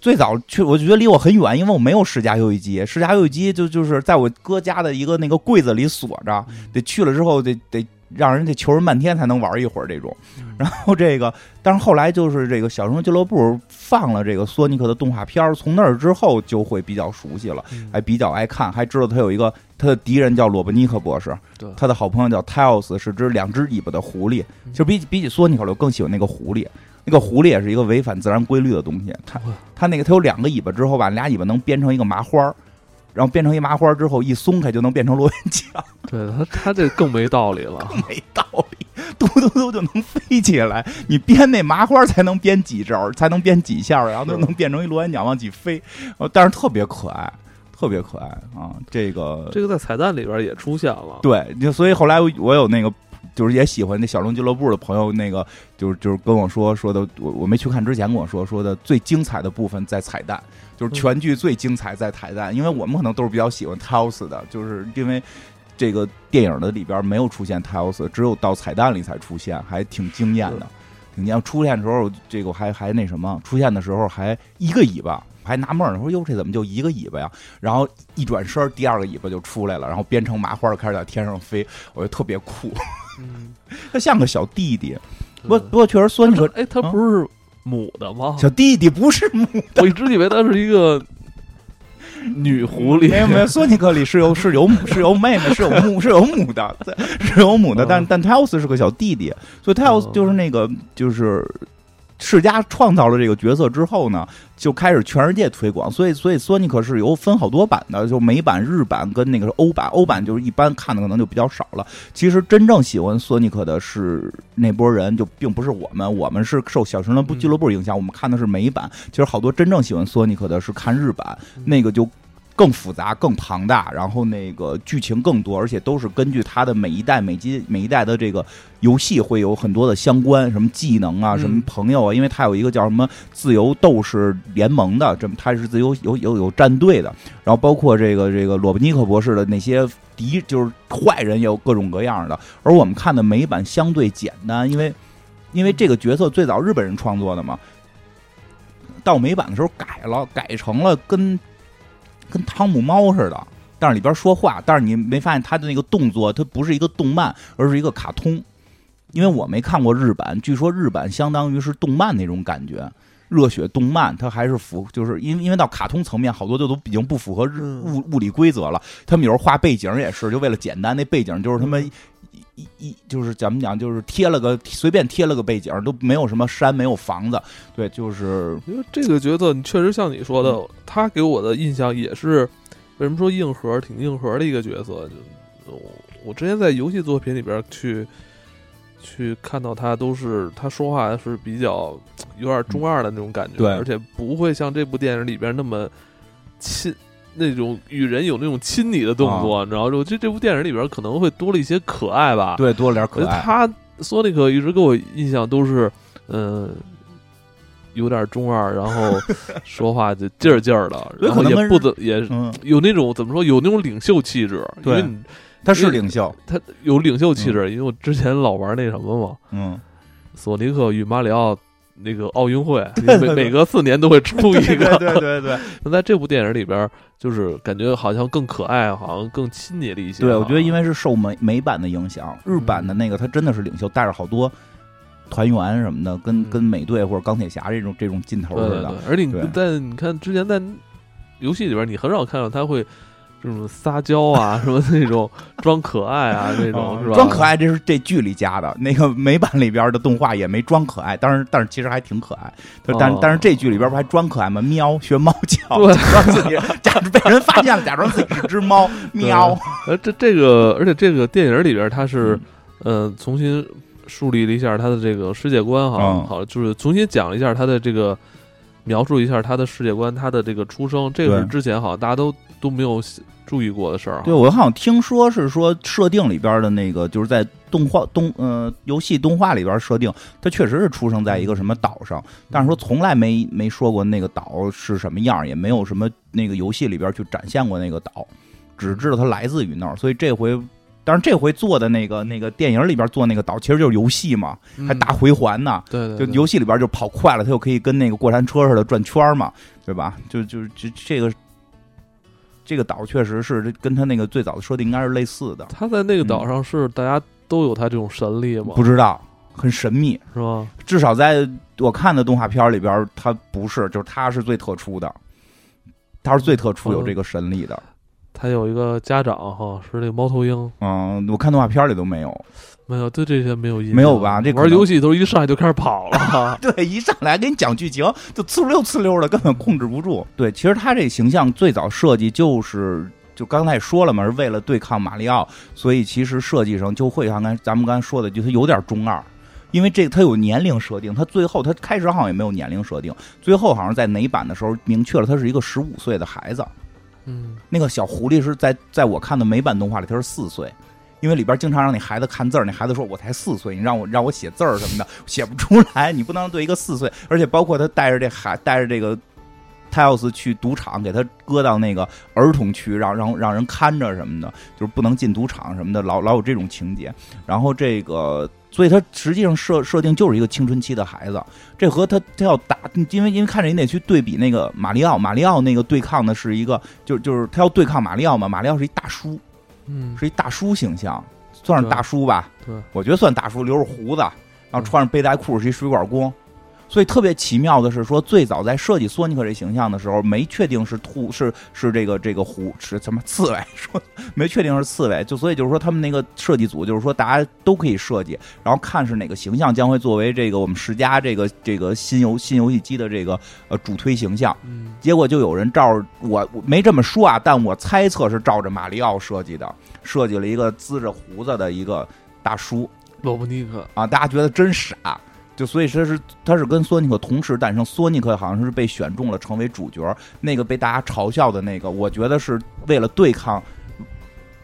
[SPEAKER 2] 最早去，我就觉得离我很远，因为我没有世家游戏机。世家游戏机就就是在我哥家的一个那个柜子里锁着， 得去了之后得得让人得求人半天才能玩一会儿这种。
[SPEAKER 1] 嗯
[SPEAKER 2] 然后这个，但是后来就是这个小熊俱乐部放了这个索尼克的动画片儿，从那儿之后就会比较熟悉了，
[SPEAKER 1] 嗯
[SPEAKER 2] 还比较爱看，还知道他有一个他的敌人叫罗伯尼克博士
[SPEAKER 1] 对，
[SPEAKER 2] 他的好朋友叫泰奥斯，是只两只尾巴的狐狸。
[SPEAKER 1] 嗯
[SPEAKER 2] 其实比起比起索尼克，我更喜欢那个狐狸。那个狐狸也是一个违反自然规律的东西，它
[SPEAKER 1] 哇
[SPEAKER 2] 它那个它有两个尾巴之后吧，俩尾巴能编成一个麻花儿，然后编成一麻花儿之后一松开就能变成螺旋桨，
[SPEAKER 1] 对他他这更没道理了。
[SPEAKER 2] 没道理， 嘟嘟嘟就能飞起来。你编那麻花儿才能编几招儿，才能编几下儿，然后就是能变成一螺旋桨往起飞，呃但是特别可爱，特别可爱啊！这个
[SPEAKER 1] 这个在彩蛋里边也出现了，
[SPEAKER 2] 对，就所以后来我我有那个。就是也喜欢那小龙俱乐部的朋友，那个就是就是跟我说说的，我我没去看之前跟我说说的最精彩的部分在彩蛋，就是全剧最精彩在彩蛋，因为我们可能都是比较喜欢 t i l s 的，就是因为这个电影的里边没有出现 t i l s 只有到彩蛋里才出现，还挺惊艳的
[SPEAKER 1] 是。
[SPEAKER 2] 你要出现的时候，这个我还还那什么，出现的时候还一个尾巴，还纳闷儿呢，说哟这怎么就一个尾巴呀？然后一转身，第二个尾巴就出来了，然后编成麻花开始在天上飞，我觉得特别酷，
[SPEAKER 1] 嗯，
[SPEAKER 2] 它像个小弟弟。不过
[SPEAKER 1] 对
[SPEAKER 2] 不嗯过确实酸你说
[SPEAKER 1] 哎，它不是母的吗？
[SPEAKER 2] 小弟弟不是母
[SPEAKER 1] 我一直以为它是一个女狐狸。
[SPEAKER 2] 没有没有，索尼克里是 有是有母是有妹妹是有母是有母的，是有母的，但但 Tails 是个小弟弟，所以 Tails
[SPEAKER 1] 嗯
[SPEAKER 2] 就是那个就是。世嘉创造了这个角色之后呢，就开始全世界推广，所以所以索尼克是有分好多版的，就美版、日版跟那个欧版，欧版就是一般看的可能就比较少了。其实真正喜欢索尼克的是那波人，就并不是我们，我们是受小熊人部
[SPEAKER 1] 嗯
[SPEAKER 2] 俱乐部影响，我们看的是美版。其实好多真正喜欢索尼克的是看日版，那个就更复杂、更庞大，然后那个剧情更多，而且都是根据它的每一代、每季、每一代的这个游戏会有很多的相关，什么技能啊，
[SPEAKER 1] 嗯
[SPEAKER 2] 什么朋友啊，因为它有一个叫什么自由斗士联盟的，这么它是自由有有有战队的，然后包括这个这个罗伯尼克博士的那些敌，就是坏人也有各种各样的，而我们看的美版相对简单，因为因为这个角色最早日本人创作的嘛。到美版的时候改了，改成了跟跟汤姆猫似的，但是里边说话，但是你没发现他的那个动作，它不是一个动漫，而是一个卡通。因为我没看过日版，据说日版相当于是动漫那种感觉，热血动漫，它还是符，就是因为因为到卡通层面，好多就都已经不符合日
[SPEAKER 1] 嗯
[SPEAKER 2] 物物理规则了。他们有时候画背景也是，就为了简单，那背景就是他妈
[SPEAKER 1] 嗯
[SPEAKER 2] 一一就是怎么讲，就是贴了个随便贴了个背景，都没有什么山，没有房子，对，就是
[SPEAKER 1] 因 为这个角色，你确实像你说
[SPEAKER 2] 嗯
[SPEAKER 1] 的，他给我的印象也是，为什么说硬核，挺硬核的一个角色。就我我之前在游戏作品里边去去看到他，都是他说话是比较有点中二的那种感觉，
[SPEAKER 2] 嗯对
[SPEAKER 1] 而且不会像这部电影里边那么亲。那种与人有那种亲昵的动作，
[SPEAKER 2] 啊
[SPEAKER 1] 你知道吗？就这这部电影里边可能会多了一些可爱吧。
[SPEAKER 2] 对多了点
[SPEAKER 1] 我觉
[SPEAKER 2] 可
[SPEAKER 1] 得
[SPEAKER 2] 爱。
[SPEAKER 1] 他索尼克一直给我印象都是，嗯、有点中二，然 后说话就劲儿劲儿的，
[SPEAKER 2] 所以
[SPEAKER 1] 然
[SPEAKER 2] 可
[SPEAKER 1] 后
[SPEAKER 2] 能跟
[SPEAKER 1] 也不怎也是
[SPEAKER 2] 嗯，
[SPEAKER 1] 有那种怎么说，有那种领袖气质，因
[SPEAKER 2] 对嗯
[SPEAKER 1] 为你
[SPEAKER 2] 他是领袖，
[SPEAKER 1] 他有领袖气质，因为我之前老玩那什么嘛，
[SPEAKER 2] 嗯，
[SPEAKER 1] 索尼克与马里奥。那个奥运会，
[SPEAKER 2] 对对
[SPEAKER 1] 每
[SPEAKER 2] 对
[SPEAKER 1] 每隔四年都会出一
[SPEAKER 2] 对
[SPEAKER 1] 个。
[SPEAKER 2] 对对 对，
[SPEAKER 1] 那在这部电影里边，就是感觉好像更可爱，好像更亲昵了一些。
[SPEAKER 2] 对，啊我觉得因
[SPEAKER 1] 为
[SPEAKER 2] 为是受美美版的影响，日版的那个他真的是领袖，带着好多团员什么的，跟
[SPEAKER 1] 嗯
[SPEAKER 2] 跟美队或者钢铁侠这种这种劲头
[SPEAKER 1] 对
[SPEAKER 2] 似
[SPEAKER 1] 对
[SPEAKER 2] 的，
[SPEAKER 1] 对，而且
[SPEAKER 2] 对
[SPEAKER 1] 你在你看之前在游戏里边，你很少看到他会这种撒娇 啊，什么那种装可爱啊那种，是吧？
[SPEAKER 2] 哦装可，爱这是这剧里加的，那个美版里边的动画也没装可爱，但是但是其实还挺可爱，但但
[SPEAKER 1] 哦
[SPEAKER 2] 但是这剧里边不还装可爱吗？喵，学猫 叫，
[SPEAKER 1] 对
[SPEAKER 2] 假装自己假被人发现了，假装自己是只猫，喵，
[SPEAKER 1] 呃，这这个，而且这个电影里边，他是嗯、呃重新树立了一下他的这个世界观哈，
[SPEAKER 2] 嗯
[SPEAKER 1] 好，就是重新讲了一下他的这个描述一下他的世界观，他的这个出生，这个是
[SPEAKER 2] 对
[SPEAKER 1] 之前好像大家都都没有注意过的事儿哈。
[SPEAKER 2] 对，我好像听说是说设定里边的那个，就是在动画动呃游戏动画里边设定，它确实是出生在一个什么岛上，但是说从来没没说过那个岛是什么样，也没有什么那个游戏里边去展现过那个岛，只知道它来自于那儿，所以这回。但是这回做的那个那个电影里边做那个岛，其实就是游戏嘛，
[SPEAKER 1] 嗯
[SPEAKER 2] 还打回环呢。
[SPEAKER 1] 对对
[SPEAKER 2] 就
[SPEAKER 1] 对
[SPEAKER 2] 游戏里边就跑快了，它就可以跟那个过山车似的转圈儿嘛，对吧？就就就这个这个岛确实是跟它那个最早的设定应该是类似的，
[SPEAKER 1] 他在那个岛上是大家都有他这种神力吗？
[SPEAKER 2] 嗯不知道很神秘，
[SPEAKER 1] 是吗？
[SPEAKER 2] 至少在我看的动画片里边，它不是，就是它是最特殊的，它是最特殊有
[SPEAKER 1] 嗯
[SPEAKER 2] 这个神力的。
[SPEAKER 1] 他有一个家长哈，是那个猫头鹰，
[SPEAKER 2] 嗯，我看动画片里都没有。
[SPEAKER 1] 没有对这些没有印象，
[SPEAKER 2] 没有吧这可
[SPEAKER 1] 玩
[SPEAKER 2] 能，
[SPEAKER 1] 游戏都一上来就开始跑了
[SPEAKER 2] 对，一上来给你讲剧情，就呲溜呲溜的，根本控制不住。对，其实他这形象最早设计就是，就刚才也说了嘛，是为了对抗马里奥，所以其实设计上就会像刚才咱们刚才说的，就他有点中二。因为这他有年龄设定，他最后他开始好像也没有年龄设定，最后好像在哪版的时候明确了他是一个十五岁的孩子。
[SPEAKER 1] 嗯，
[SPEAKER 2] 那个小狐狸是在在我看的美版动画里，它是四岁，因为里边经常让那孩子看字儿，那孩子说我才四岁，你让我让我写字儿什么的，写不出来，你不能对一个四岁，而且包括他带着这孩带着这个。泰奥斯去赌场，给他搁到那个儿童区，让让让人看着什么的，就是不能进赌场什么的，老老有这种情节。然后这个，所以他实际上设设定就是一个青春期的孩子，这和他他要打，因为因为看着你得去对比那个马里奥，马里奥那个对抗的是一个，就就是他要对抗马里奥嘛，马里奥是一大叔，
[SPEAKER 1] 嗯，
[SPEAKER 2] 是一大叔形象，算是大叔吧，
[SPEAKER 1] 对，嗯
[SPEAKER 2] 我觉得算大叔，留着胡子，然后穿上背带裤，是一水管工。所以特别奇妙的是说，最早在设计索尼克这形象的时候，没确定是兔是是这个这个狐是什么刺猬， 说没确定是刺猬，就所以就是说他们那个设计组就是说大家都可以设计，然后看是哪个形象将会作为这个我们世嘉这个这个新游新游戏机的这个呃主推形象。
[SPEAKER 1] 嗯
[SPEAKER 2] 结果就有人照着我我没这么说啊，但我猜测是照着马里奥设计的，设计了一个滋着胡子的一个大叔
[SPEAKER 1] 罗布尼克，
[SPEAKER 2] 啊，大家觉得真傻。就所以他是他是跟索尼克同时诞生，索尼克好像是被选中了成为主角，那个被大家嘲笑的那个，我觉得是为了对抗，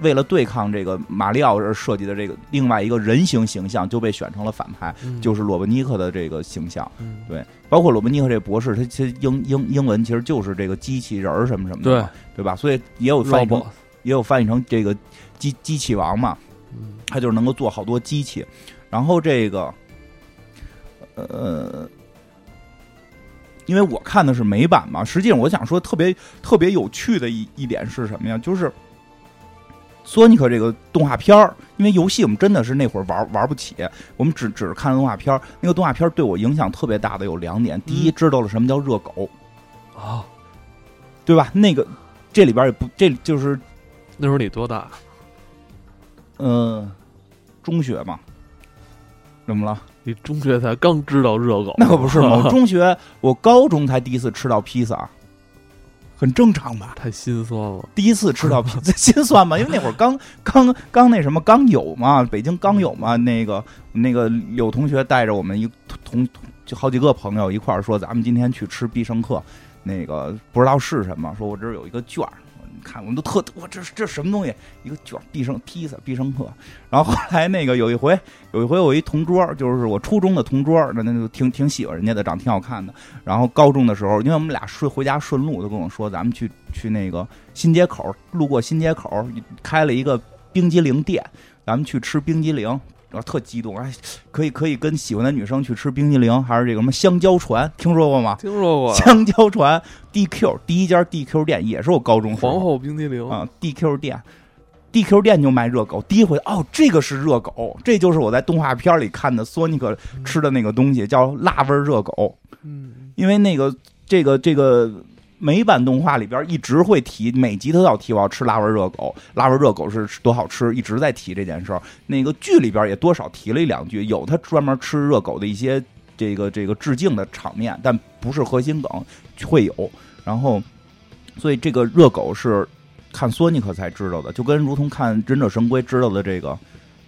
[SPEAKER 2] 为了对抗这个马里奥而设计的这个另外一个人形形象就被选成了反派，
[SPEAKER 1] 嗯
[SPEAKER 2] 就是罗伯尼克的这个形象。
[SPEAKER 1] 嗯
[SPEAKER 2] 对包括罗伯尼克这博士，他其实英英英文其实就是这个机器人儿什么什么的
[SPEAKER 1] 对
[SPEAKER 2] 嘛，对吧？所以也有翻译成
[SPEAKER 1] ，robot，
[SPEAKER 2] 也有翻译成这个机机器王嘛，
[SPEAKER 1] 嗯
[SPEAKER 2] 他就是能够做好多机器。然后这个，呃，因为我看的是美版嘛，实际上我想说特别特别有趣的一一点是什么呀？就是。索尼克这个动画片儿，因为游戏我们真的是那会儿玩玩不起，我们只只是看动画片儿。那个动画片儿对我影响特别大的有两点：第一，知道了什么叫热狗，
[SPEAKER 1] 啊，
[SPEAKER 2] 对吧？那个这里边也不，这就是
[SPEAKER 1] 那时候你多大？
[SPEAKER 2] 嗯、呃中学嘛，怎么了？
[SPEAKER 1] 你中学才刚知道热狗，
[SPEAKER 2] 那可 不是嘛！我中学，我高中才第一次吃到披萨，很正常吧？
[SPEAKER 1] 太心酸了，
[SPEAKER 2] 第一次吃到披萨， 心酸嘛，因为那会儿刚刚刚那什么，刚有嘛，北京刚有嘛。那个那个有同学带着我们一同同就好几个朋友一块儿说，咱们今天去吃必胜客，那个不知道是什么，说我这儿有一个券儿。你看，我们都特我这这什么东西？一个卷儿必胜披萨必胜客。然后后来那个有一回，有一回我一同桌，就是我初中的同桌，那那就挺挺喜欢人家的，长挺好看的。然后高中的时候，因为我们俩顺回家顺路，就跟我说咱们去去那个新街口，路过新街口开了一个冰激凌店，咱们去吃冰激凌，然后特激动，哎，可以可以跟喜欢的女生去吃冰激凌，还是这个什么香蕉船，听说过吗？
[SPEAKER 1] 听说 过
[SPEAKER 2] 香蕉船 DQ 第一家 DQ 店也是我高中时候
[SPEAKER 1] 皇后冰激凌
[SPEAKER 2] 啊、DQ 店。DQ 店就卖热狗，第一回哦，这个是热狗，这就是我在动画片里看的索尼克吃的那个东西，叫辣味儿热狗。
[SPEAKER 1] 嗯，
[SPEAKER 2] 因为那个这个这个美版动画里边一直会提，每集都要提我要吃拉味热狗，拉味热狗是多好吃，一直在提这件事儿。那个剧里边也多少提了一两句，有他专门吃热狗的一些这个这个致敬的场面，但不是核心梗，会有。然后，所以这个热狗是看索尼克才知道的，就跟如同看忍者神龟知道的这个。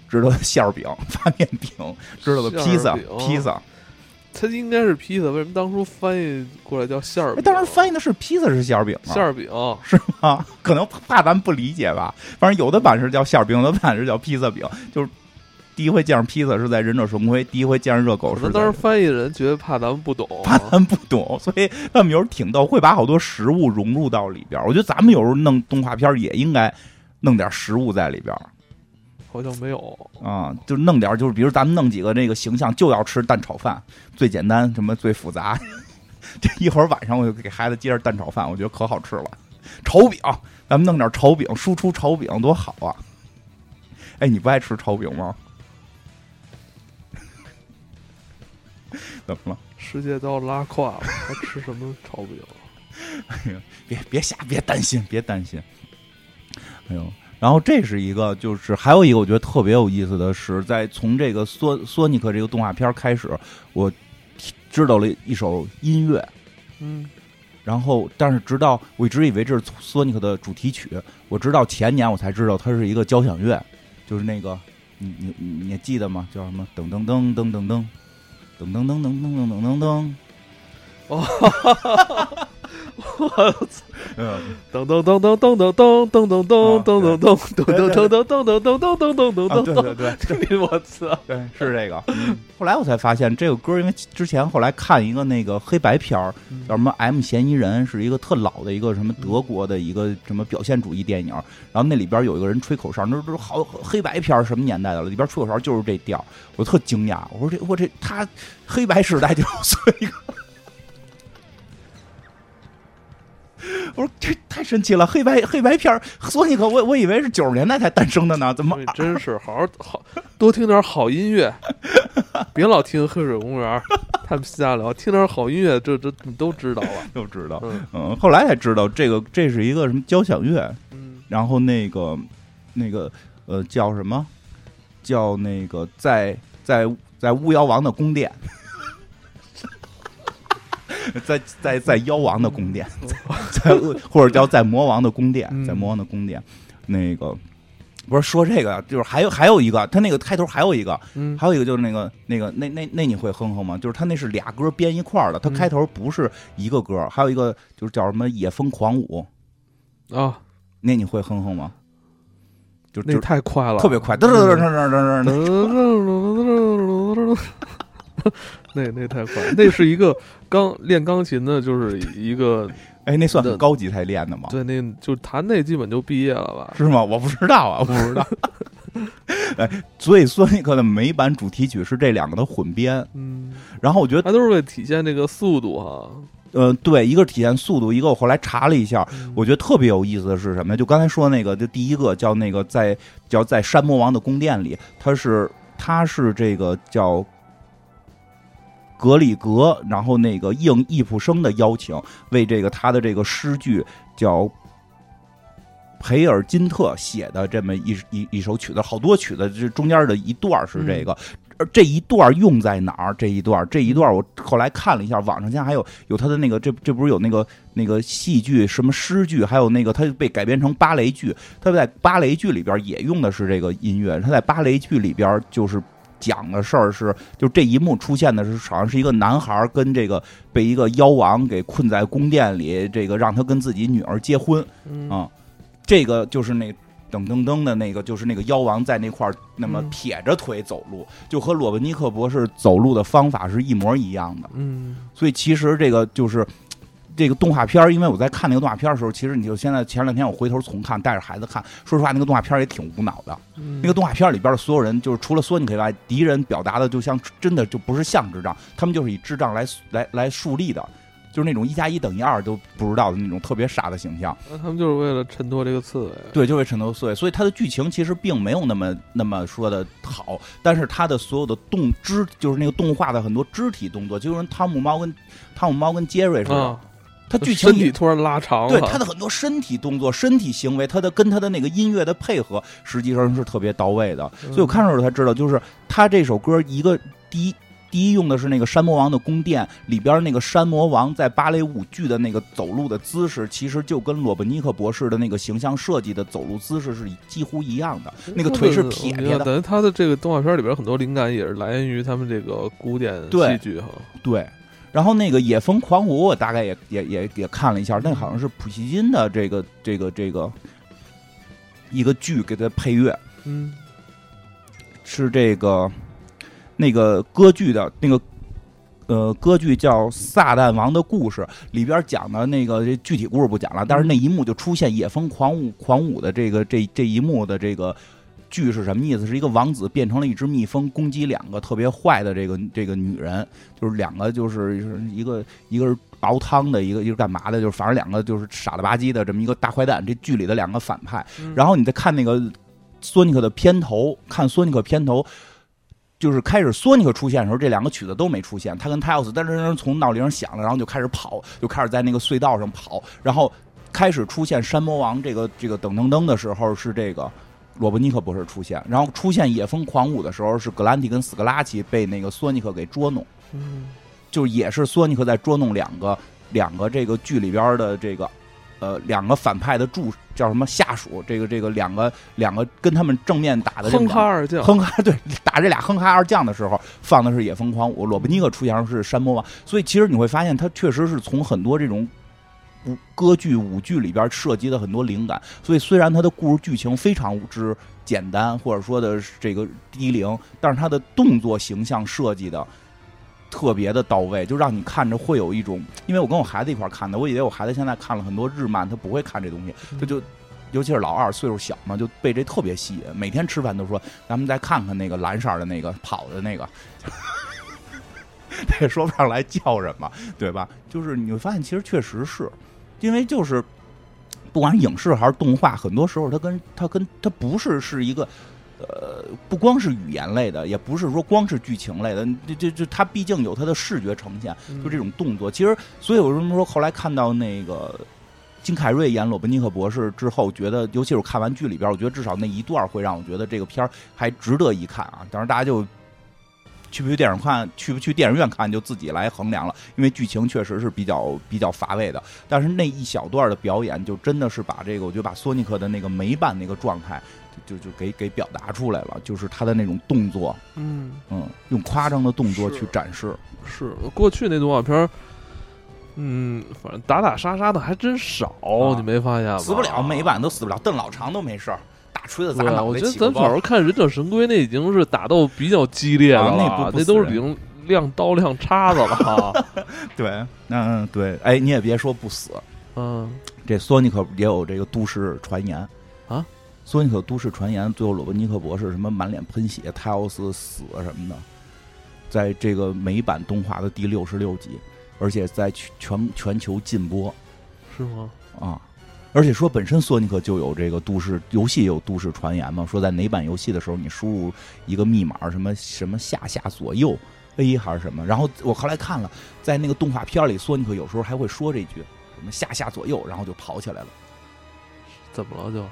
[SPEAKER 2] 知道的馅儿饼、发面饼，知道的披
[SPEAKER 1] 馅
[SPEAKER 2] 萨
[SPEAKER 1] 儿饼、
[SPEAKER 2] 披萨，
[SPEAKER 1] 它应该是披萨，为什么当初翻译过来叫馅儿
[SPEAKER 2] 哎，
[SPEAKER 1] 饼？
[SPEAKER 2] 当时翻译的是披萨是馅儿饼吗？
[SPEAKER 1] 馅儿饼，
[SPEAKER 2] 啊，可能怕咱们不理解吧。反正有的版是叫馅儿饼，有的版是叫披萨饼。就是第一回见着披萨是在忍者神龟，第一回见着热狗
[SPEAKER 1] 可
[SPEAKER 2] 是
[SPEAKER 1] 能
[SPEAKER 2] 在
[SPEAKER 1] 当时翻译人觉得怕咱们不懂，啊
[SPEAKER 2] 怕咱们不懂，所以他们有时候挺逗，会把好多食物融入到里边儿。我觉得咱们有时候弄动画片儿也应该弄点食物在里边儿
[SPEAKER 1] 好像没有。
[SPEAKER 2] 啊，就弄点儿就是比如咱们弄几个这个形象就要吃蛋炒饭，最简单，什么最复杂。 这一会儿晚上我就给孩子接着蛋炒饭，我觉得可好吃了。炒饼，咱们弄点炒饼，输出炒饼多好啊！哎，你不爱吃炒饼吗？ 怎么了？
[SPEAKER 1] 世界都要拉胯了，还吃什么炒饼？啊
[SPEAKER 2] 别别瞎，别担心，别担心。哎呦，然后这是一个，就是还有一个我觉得特别有意思的是，在从这个索索尼克这个动画片开始，我知道了一首音乐，
[SPEAKER 1] 嗯，
[SPEAKER 2] 然后但是直到我一直以为这是索尼克的主题曲，我直到前年我才知道它是一个交响乐，就是那个你你你你还记得吗？叫什么？噔噔噔噔噔噔噔噔噔噔噔噔噔噔。嗯，
[SPEAKER 1] 噔噔噔噔噔噔噔噔噔噔噔噔噔噔噔噔噔噔噔噔噔噔
[SPEAKER 2] 啊，
[SPEAKER 1] 噔噔
[SPEAKER 2] 对对 对
[SPEAKER 1] 噔， 我操！
[SPEAKER 2] 对，是这个。嗯 后来我才发现这个歌，因为之前后来看一个那个黑白片儿，叫什么《M 嫌疑人》，是一个特老的一个什么德国的一个什么表现主义电影。然后那里边有一个人吹口哨，那都是好黑白片儿什么年代的了，里边吹口哨就是这调儿，我特惊讶，我说这我这他黑白时代就算一个。 我说这太神奇了，黑白黑白片儿，索尼克，我我以为是九十年代才诞生的呢，怎么啊
[SPEAKER 1] 对，真是好好好多听点好音 乐，别老听黑水公园他们瞎聊，听点好音乐，这这你都知道了。
[SPEAKER 2] 就知道？
[SPEAKER 1] 嗯
[SPEAKER 2] 嗯，后来才知道这个这是一个什么交响乐，
[SPEAKER 1] 嗯，
[SPEAKER 2] 然后那个那个呃叫什么？叫那个在在在巫妖王的宫殿， 在在在妖王的宫殿，在或者叫在魔王的宫殿，
[SPEAKER 1] 嗯
[SPEAKER 2] 在魔王的宫殿，那个。不是说这个，就是还有还有一个，他那个开头还有一个，
[SPEAKER 1] 嗯
[SPEAKER 2] 还有一个就是那个那个那那那你会哼哼吗？就是他那是俩歌编一块儿的，他
[SPEAKER 1] 嗯
[SPEAKER 2] 开头不是一个歌，还有一个就是叫什么野风狂舞，
[SPEAKER 1] 啊，
[SPEAKER 2] 那你会哼哼吗？就
[SPEAKER 1] 那
[SPEAKER 2] 就
[SPEAKER 1] 太快了，嗯
[SPEAKER 2] 特别快，噔噔噔噔噔噔噔，
[SPEAKER 1] 那那太快，那是一个钢练钢琴的，就是一个
[SPEAKER 2] 哎，那算很高级才练的吗？
[SPEAKER 1] 对，那就弹那基本就毕业了吧？
[SPEAKER 2] 是吗？我不知道啊， 我不知道。哎，所以索尼克的美版主题曲是这两个的混编，
[SPEAKER 1] 嗯，
[SPEAKER 2] 然后我觉得，
[SPEAKER 1] 它都是为了体现这个速度哈。
[SPEAKER 2] 呃，对，一个是体现速度，一个我后来查了一下，嗯我觉得特别有意思的是什么呀？就刚才说那个，就第一个叫那个在叫在山魔王的宫殿里，他是他是这个叫格里格，然后那个应易卜生的邀请，为这个他的这个诗句叫。培尔金特写的这么一一一首曲子，好多曲子，这中间的一段是这个，而这一段用在哪儿？这一段，这一段，我后来看了一下，网上现在还有有他的那个，这这不是有那个那个戏剧什么诗句，还有那个他被改编成芭蕾剧，他在芭蕾剧里边也用的是这个音乐，他在芭蕾剧里边就是。讲的事儿是，就这一幕出现的是，好像是一个男孩跟这个被一个妖王给困在宫殿里，这个让他跟自己女儿结婚，
[SPEAKER 1] 嗯
[SPEAKER 2] 啊，这个就是那噔噔噔的那个，就是那个妖王在那块儿那么
[SPEAKER 1] 嗯
[SPEAKER 2] 撇着腿走路，就和罗文尼克博士走路的方法是一模一样的。
[SPEAKER 1] 嗯
[SPEAKER 2] 所以其实这个就是。这个动画片儿，因为我在看那个动画片儿的时候，其实你就现在前两天我回头重看，带着孩子看，说实话，那个动画片儿也挺无脑的。
[SPEAKER 1] 嗯，
[SPEAKER 2] 那个动画片儿里边儿所有人，就是除了索尼克以外，敌人表达的就像真的就不是像智障，他们就是以智障来来来树立的，就是那种一加一等于二都不知道的那种特别傻的形象。
[SPEAKER 1] 那他们就是为了衬托这个刺猬。
[SPEAKER 2] 对，就会渗透思维，所以它的剧情其实并没有那么那么说的好，但是它的所有的动肢，就是那个动画的很多肢体动作，就跟汤姆猫跟汤姆猫跟杰瑞似的，
[SPEAKER 1] 啊，
[SPEAKER 2] 它剧情
[SPEAKER 1] 身体
[SPEAKER 2] 也
[SPEAKER 1] 突然拉长了。
[SPEAKER 2] 对它的很多身体动作、身体行为，它的跟它的那个音乐的配合，实际上是特别到位的。
[SPEAKER 1] 嗯
[SPEAKER 2] 所以我看的时候才知道，就是他这首歌一个第一。第一用的是那个山魔王的宫殿里边那个山魔王在芭蕾舞剧的那个走路的姿势，其实就跟罗伯尼克博士的那个形象设计的走路姿势是几乎一样的。
[SPEAKER 1] 嗯
[SPEAKER 2] 那个腿是撇
[SPEAKER 1] 我觉
[SPEAKER 2] 撇
[SPEAKER 1] 得
[SPEAKER 2] 的，
[SPEAKER 1] 等于他的这个动画片里边很多灵感也是来源于他们这个古典
[SPEAKER 2] 对
[SPEAKER 1] 戏剧哈。
[SPEAKER 2] 对。然后那个《野蜂狂舞》，我大概也也也也看了一下，那好像是普希金的这个这个这个一个剧给他配乐，
[SPEAKER 1] 嗯
[SPEAKER 2] 是这个那个歌剧的那个呃歌剧叫《撒旦王的故事》，里边讲的那个这具体故事不讲了，但是那一幕就出现野蜂狂舞狂舞的这个这这一幕的这个。剧是什么意思？是一个王子变成了一只蜜蜂，攻击两个特别坏的这个这个女人，就是两个就是就是一个一个是熬汤的，一个一个干嘛的，就是反正两个就是傻了吧唧的这么一个大坏蛋。这剧里的两个反派，
[SPEAKER 1] 嗯
[SPEAKER 2] 然后你再看那个索尼克的片头，看索尼克片头，就是开始索尼克出现的时候，这两个曲子都没出现，他跟泰奥斯噔噔噔从闹铃声响了，然后就开始跑，就开始在那个隧道上跑，然后开始出现山魔王这个这个噔噔噔的时候是这个。罗伯尼克博士出现，然后出现野蜂狂舞的时候，是格兰蒂跟斯格拉奇被那个索尼克给捉弄，
[SPEAKER 1] 嗯
[SPEAKER 2] 就是也是索尼克在捉弄两个两个这个剧里边的这个呃两个反派的助叫什么下属，这个这个两个两个跟他们正面打的这
[SPEAKER 1] 哼哈
[SPEAKER 2] 么
[SPEAKER 1] 二将，
[SPEAKER 2] 哼哈对 打这俩哼哈二将的时候放的是野蜂狂舞，罗伯尼克出现的是山魔王，所以其实你会发现他确实是从很多这种。舞歌剧、舞剧里边涉及的很多灵感。所以虽然它的故事剧情非常之简单，或者说的是这个低龄，但是它的动作形象设计的。特别的到位，就让你看着会有一种，因为我跟我孩子一块儿看的，我以为我孩子现在看了很多日漫，他不会看这东西，他就尤其是老二岁数小嘛，就被这特别吸引。每天吃饭都说，咱们再看看那个蓝色儿的那个跑的那个， 他也说不上来叫什么，对吧？就是你会发现，其实确实是因为就是不管是影视还是动画，很多时候它跟它跟它不是是一个。呃，不光是语言类的，也不是说光是剧情类的，这这这，它毕竟有它的视觉呈现，
[SPEAKER 1] 嗯
[SPEAKER 2] 就这种动作。其实，所以我为什么说后来看到那个金凯瑞演罗伯尼克博士之后，觉得，尤其是我看完剧里边，我觉得至少那一段会让我觉得这个片儿还值得一看啊。当然，大家就去不去电影看，去不去电影院看，就自己来衡量了。因为剧情确实是比较比较乏味的，但是那一小段的表演，就真的是把这个，我觉得把索尼克的那个梅伴那个状态。就就给给表达出来了，就是他的那种动作，
[SPEAKER 1] 嗯，
[SPEAKER 2] 嗯，用夸张的动作
[SPEAKER 1] 是
[SPEAKER 2] 去展示，
[SPEAKER 1] 是过去那动画片儿，嗯，反正打打杀杀的还真少，你没发现吗？
[SPEAKER 2] 啊死不了，每一版都死不了，邓老长都没事儿，大锤子
[SPEAKER 1] 哦
[SPEAKER 2] 砸
[SPEAKER 1] 对啊，
[SPEAKER 2] 脑
[SPEAKER 1] 我
[SPEAKER 2] 袋
[SPEAKER 1] 觉得
[SPEAKER 2] 起个
[SPEAKER 1] 咱
[SPEAKER 2] 包，
[SPEAKER 1] 小时候看《忍者神龟》，那已经是打斗比较激烈的
[SPEAKER 2] 啊
[SPEAKER 1] 了，
[SPEAKER 2] 那不不
[SPEAKER 1] 那
[SPEAKER 2] 死
[SPEAKER 1] 都是已
[SPEAKER 2] 人
[SPEAKER 1] 经亮刀亮叉子了。
[SPEAKER 2] 对，嗯对，哎，你也别说不死，
[SPEAKER 1] 嗯，
[SPEAKER 2] 这索尼克也有这个都市传言
[SPEAKER 1] 啊，
[SPEAKER 2] 索尼克都市传言，最后罗伯尼克博士什么满脸喷血，泰奥斯死啊什么的，在这个美版动画的第六十六集，而且在全全全球禁播，
[SPEAKER 1] 是吗？
[SPEAKER 2] 啊。而且说本身索尼克就有这个都市游戏也有都市传言嘛，说在哪版游戏的时候你输入一个密码什么什么下下左右 A 还是什么，然后我后来看了，在那个动画片里索尼克有时候还会说这句什么下下左右，然后就跑起来了。
[SPEAKER 1] 怎么了就？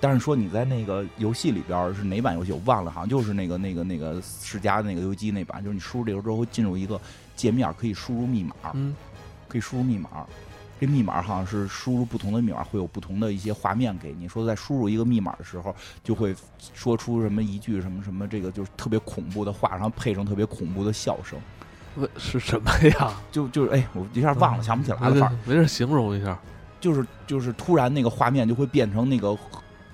[SPEAKER 2] 但是说你在那个游戏里边儿是哪版游戏我忘了，好像就是那个那个那个世嘉那个游戏机那版，就是你输入这个之后会进入一个界面可以输入密码，
[SPEAKER 1] 嗯，
[SPEAKER 2] 可以输入密码。这密码好像是输入不同的密码会有不同的一些画面给你。说在输入一个密码的时候，就会说出什么一句什么什么，这个就是特别恐怖的话，然后配上特别恐怖的笑声。
[SPEAKER 1] 为是什么呀？
[SPEAKER 2] 就就是哎，我一下忘了，想不起来了。反正
[SPEAKER 1] 没事，形容一下。
[SPEAKER 2] 就是就是突然那个画面就会变成那个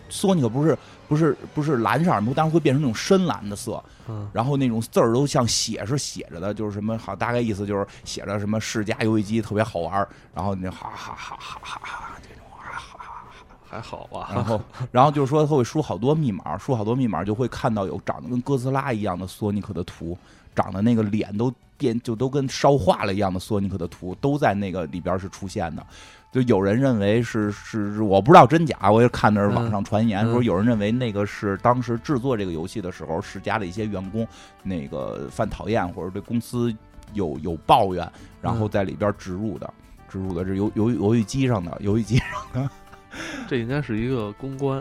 [SPEAKER 2] 索尼克不是不是不是蓝色儿，但是会变成那种深蓝的色，
[SPEAKER 1] 嗯，
[SPEAKER 2] 然后那种字儿都像写是写着的，就是什么好，大概意思就是写着什么世嘉游戏机特别好玩儿，然后你就哈哈哈哈哈哈这种啊哈哈哈哈。
[SPEAKER 1] 还好吧。
[SPEAKER 2] 然后，然后就是说他会输好多密码，输好多密码就会看到有长得跟哥斯拉一样的索尼克的图，长得那个脸都变，就都跟烧化了一样的索尼克的图都在那个里边是出现的。就有人认为是是，是我不知道真假，我也看的是网上传言、
[SPEAKER 1] 嗯嗯
[SPEAKER 2] 说，有人认为那个是当时制作这个游戏的时候，世嘉的一些员工那个犯讨厌或者对公司有有抱怨，然后在里边植入的，植入的是游游游戏机上的游戏机，
[SPEAKER 1] 这应该是一个公关，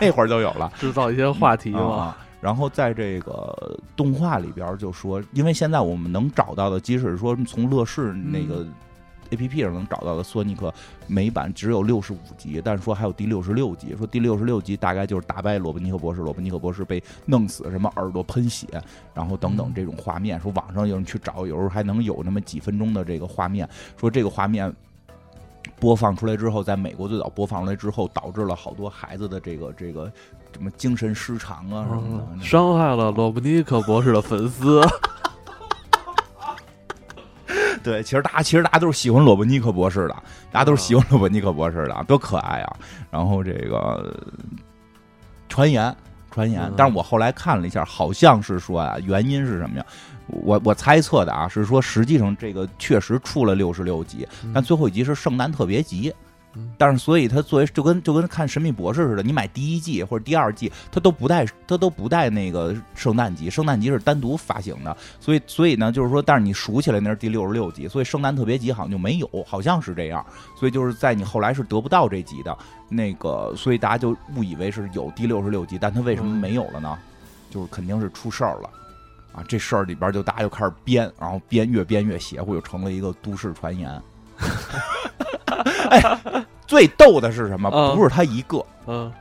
[SPEAKER 2] 那会儿就有了。
[SPEAKER 1] 制造一些话题嘛。
[SPEAKER 2] 啊。然后在这个动画里边儿就说，因为现在我们能找到的，即使说从乐视那个
[SPEAKER 1] 嗯
[SPEAKER 2] A P P 上能找到的索尼克美版只有六十五集，但是说还有第六十六集，说第六十六集大概就是打败罗伯尼克博士，罗伯尼克博士被弄死，什么耳朵喷血，然后等等这种画面，说网上有人去找，有时候还能有那么几分钟的这个画面，说这个画面。播放出来之后，在美国最早播放出来之后，导致了好多孩子的这个这个什么精神失常啊什么的。
[SPEAKER 1] 嗯伤害了罗布尼克博士的粉丝，
[SPEAKER 2] 对，其实大家其实大家都是喜欢罗伯尼克博士的，大家
[SPEAKER 1] 啊
[SPEAKER 2] 都是喜欢罗伯尼克博士的，多可爱啊！然后这个呃传言传言
[SPEAKER 1] 嗯，
[SPEAKER 2] 但是我后来看了一下，好像是说啊，原因是什么呀？我我猜测的啊，是说实际上这个确实出了六十六集，但最后一集是圣诞特别集
[SPEAKER 1] 嗯。
[SPEAKER 2] 但是，所以它作为就跟就跟看《神秘博士》似的，你买第一季或者第二季，它都不带它都不带那个圣诞集，圣诞集是单独发行的，所以所以呢，就是说，但是你数起来那是第六十六集，所以圣诞特别集好像就没有，好像是这样，所以就是在你后来是得不到这集的，那个，所以大家就误以为是有第六十六集，但它为什么没有了呢？就是肯定是出事儿了。啊，这事儿里边就大家就开始编，然后编越编越邪乎，就成了一个都市传言。 哎，最逗的是什么？
[SPEAKER 1] 嗯
[SPEAKER 2] 不是他一个，
[SPEAKER 1] 嗯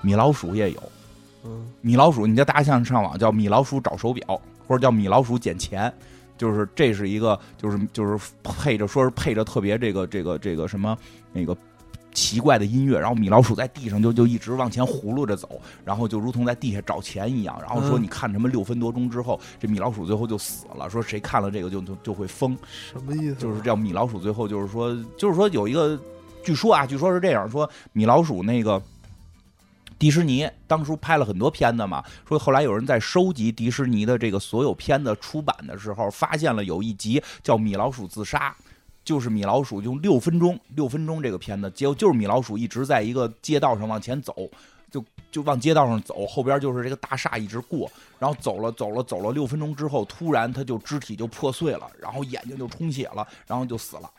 [SPEAKER 2] 米老鼠也有。
[SPEAKER 1] 嗯
[SPEAKER 2] 米老鼠，你叫大家像上网叫米老鼠找手表，或者叫米老鼠捡钱，就是这是一个，就是就是配着说是配着特别这个这个这个什么那个奇怪的音乐，然后米老鼠在地上就就一直往前葫芦着走，然后就如同在地下找钱一样，然后说
[SPEAKER 1] 嗯
[SPEAKER 2] 你看什么六分多钟之后，这米老鼠最后就死了，说谁看了这个就就就会疯，
[SPEAKER 1] 什么意思？
[SPEAKER 2] 就是叫米老鼠最后就是说就是说有一个，据说啊，据说是这样说米老鼠那个。迪士尼当初拍了很多片子嘛，说后来有人在收集迪士尼的这个所有片子出版的时候，发现了有一集叫《米老鼠自杀》，就是米老鼠用六分钟，六分钟这个片子，结果就是米老鼠一直在一个街道上往前走，就就往街道上走，后边就是这个大厦一直过，然后走了走了走了六分钟之后，突然他就肢体就破碎了，然后眼睛就充血了，然后就死了。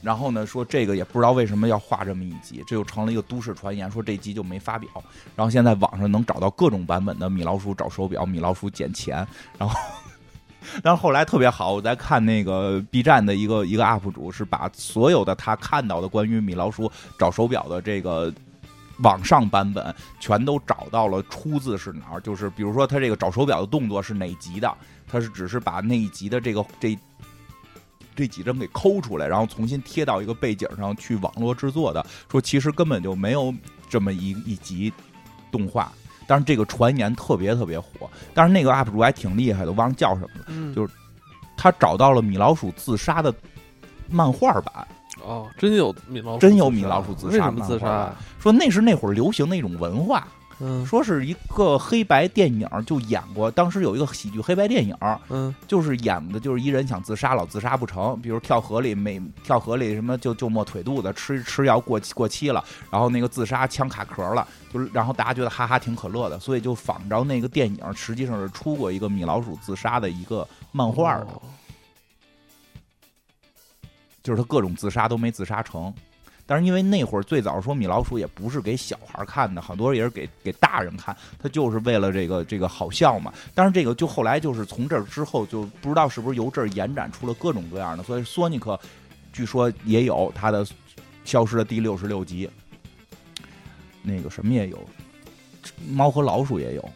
[SPEAKER 2] 然后呢，说这个也不知道为什么要画这么一集，这就成了一个都市传言，说这集就没发表。然后现在网上能找到各种版本的米老鼠找手表、米老鼠捡钱，然后。 但是后来特别好，我在看那个 B 站的一个一个 UP 主，是把所有的他看到的关于米老鼠找手表的这个网上版本，全都找到了出自是哪儿。就是比如说他这个找手表的动作是哪集的，他是只是把那一集的这个这这几帧给抠出来，然后重新贴到一个背景上去网络制作的。说其实根本就没有这么一一集动画。但是这个传言特别特别火，但是那个 UP 主还挺厉害的，忘了叫什么了。
[SPEAKER 1] 嗯
[SPEAKER 2] 就是他找到了米老鼠自杀的漫画版，
[SPEAKER 1] 哦，真有米老鼠自杀，
[SPEAKER 2] 真有米老鼠自杀
[SPEAKER 1] 为什么自
[SPEAKER 2] 漫画
[SPEAKER 1] 杀
[SPEAKER 2] 版？说那是那会儿流行的一种文化，
[SPEAKER 1] 嗯
[SPEAKER 2] 说是一个黑白电影就演过，当时有一个喜剧黑白电影，
[SPEAKER 1] 嗯
[SPEAKER 2] 就是演的就是一人想自杀，老自杀不成，比如跳河里没跳河里什么就就没腿肚子，吃吃药过期过期了，然后那个自杀枪卡壳了，就是然后大家觉得哈哈挺可乐的，所以就仿照那个电影，实际上是出过一个米老鼠自杀的一个漫画的，
[SPEAKER 1] 哦
[SPEAKER 2] 就是他各种自杀都没自杀成。但是因为那会儿最早说米老鼠也不是给小孩看的，好多也是给给大人看，他就是为了这个这个好笑嘛。但是这个就后来就是从这儿之后就不知道是不是由这儿延展出了各种各样的，所以索尼克据说也有他的消失的第六十六集，那个什么也有，猫和老鼠也有，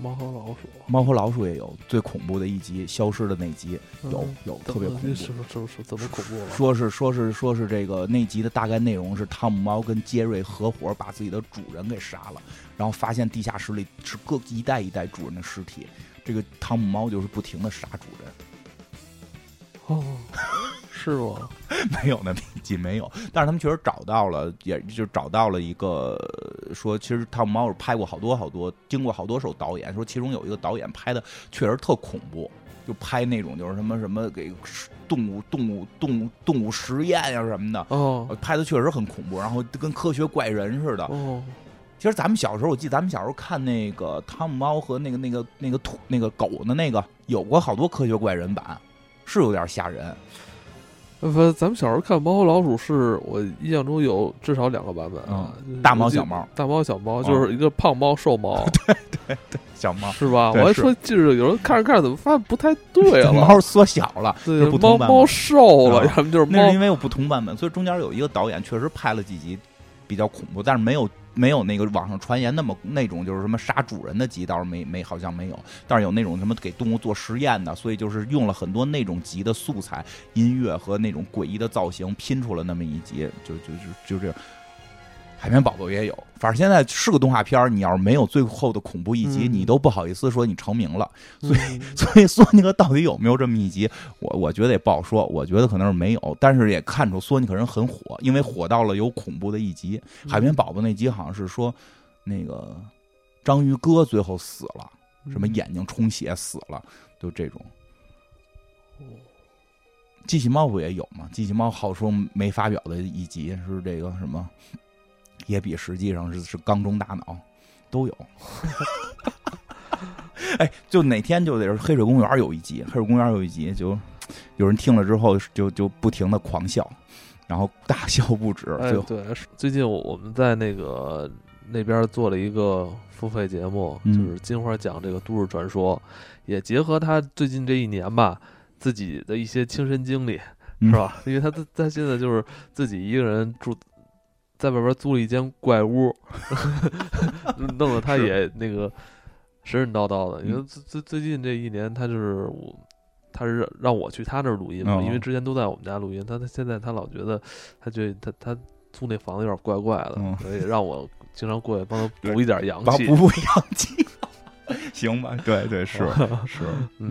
[SPEAKER 1] 猫和老鼠
[SPEAKER 2] 猫和老鼠也有最恐怖的一集消失的那集有
[SPEAKER 1] 嗯
[SPEAKER 2] 有特别恐怖
[SPEAKER 1] 怎。么怎么怎么怎么恐怖了？
[SPEAKER 2] 说是说是说是这个那集的大概内容是汤姆猫跟杰瑞合伙把自己的主人给杀了，然后发现地下室里是各一代一代主人的尸体，这个汤姆猫就是不停的杀主人。
[SPEAKER 1] 哦，是吗？
[SPEAKER 2] 没有呢，那集没有。但是他们确实找到了，也就找到了一个呃说，其实汤姆猫是拍过好多好多，经过好多手导演，说其中有一个导演拍的确实特恐怖，就拍那种就是什么什么给动物动物动物动物实验呀、什么的。
[SPEAKER 1] 哦
[SPEAKER 2] 呃拍的确实很恐怖，然后跟科学怪人似的。
[SPEAKER 1] 哦，
[SPEAKER 2] 其实咱们小时候，我记得咱们小时候看那个汤姆猫和那个那个那个土那个狗的那个，有过好多科学怪人版，是有点吓人。
[SPEAKER 1] 呃不，咱们小时候看《猫和老鼠》，是我印象中有至少两个版本啊，就是
[SPEAKER 2] 嗯大猫
[SPEAKER 1] 我记
[SPEAKER 2] 小猫，
[SPEAKER 1] 大猫小猫，
[SPEAKER 2] 嗯
[SPEAKER 1] 就是一个胖猫瘦猫，
[SPEAKER 2] 小猫，
[SPEAKER 1] 是吧？
[SPEAKER 2] 对
[SPEAKER 1] 我还
[SPEAKER 2] 是
[SPEAKER 1] 说就是有人看着看着怎么发现不太对 了，
[SPEAKER 2] 这猫缩小了，
[SPEAKER 1] 对
[SPEAKER 2] 是
[SPEAKER 1] 猫
[SPEAKER 2] 不同版本
[SPEAKER 1] 猫瘦了，
[SPEAKER 2] 嗯
[SPEAKER 1] 要么就是
[SPEAKER 2] 那
[SPEAKER 1] 猫
[SPEAKER 2] 是因为有不同版本，所以中间有一个导演确实拍了几集比较恐怖，但是没有没有那个网上传言那么那种就是什么杀主人的集倒是没没好像没有，但是有那种什么给动物做实验的，所以就是用了很多那种集的素材、音乐和那种诡异的造型拼出了那么一集，就就就就这样。海绵宝宝也有，反正现在是个动画片儿你要是没有最后的恐怖一集，
[SPEAKER 1] 嗯
[SPEAKER 2] 你都不好意思说你成名了。
[SPEAKER 1] 嗯
[SPEAKER 2] 所以索尼克到底有没有这么一集，我我觉得也不好说，我觉得可能是没有，但是也看出索尼克人很火，因为火到了有恐怖的一集。海绵宝宝那集好像是说，那个章鱼哥最后死了，
[SPEAKER 1] 嗯
[SPEAKER 2] 什么眼睛充血死了，就这种。
[SPEAKER 1] 哦
[SPEAKER 2] 机器猫不也有吗？机器猫好说没发表的一集是这个什么，也比实际上是是缸中大脑 都有。哎，就哪天就得是黑水公园有一集，黑水公园有一集就有人听了之后就就不停的狂笑，然后大笑不止，
[SPEAKER 1] 哎
[SPEAKER 2] 最后、
[SPEAKER 1] 对，是最近我我们在那个那边做了一个付费节目，就
[SPEAKER 2] 嗯
[SPEAKER 1] 是金花讲这个都市传说，也结合他最近这一年吧自己的一些亲身经历，
[SPEAKER 2] 嗯
[SPEAKER 1] 是？吧？ 因为他自他现在就是自己一个人住，在外边租了一间怪屋， 弄得他
[SPEAKER 2] 是
[SPEAKER 1] 也那个神神叨叨的。因为
[SPEAKER 2] 嗯
[SPEAKER 1] 最最最近这一年，他就是我他是让我去他那儿录音嘛，
[SPEAKER 2] 哦
[SPEAKER 1] 因为之前都在我们家录音，他他现在他老觉得他觉得他他租那房子有点怪怪的，
[SPEAKER 2] 嗯
[SPEAKER 1] 所以让我经常过去帮他补一点阳
[SPEAKER 2] 把
[SPEAKER 1] 气。
[SPEAKER 2] 补补阳气， 行吧？对对 是是，
[SPEAKER 1] 嗯，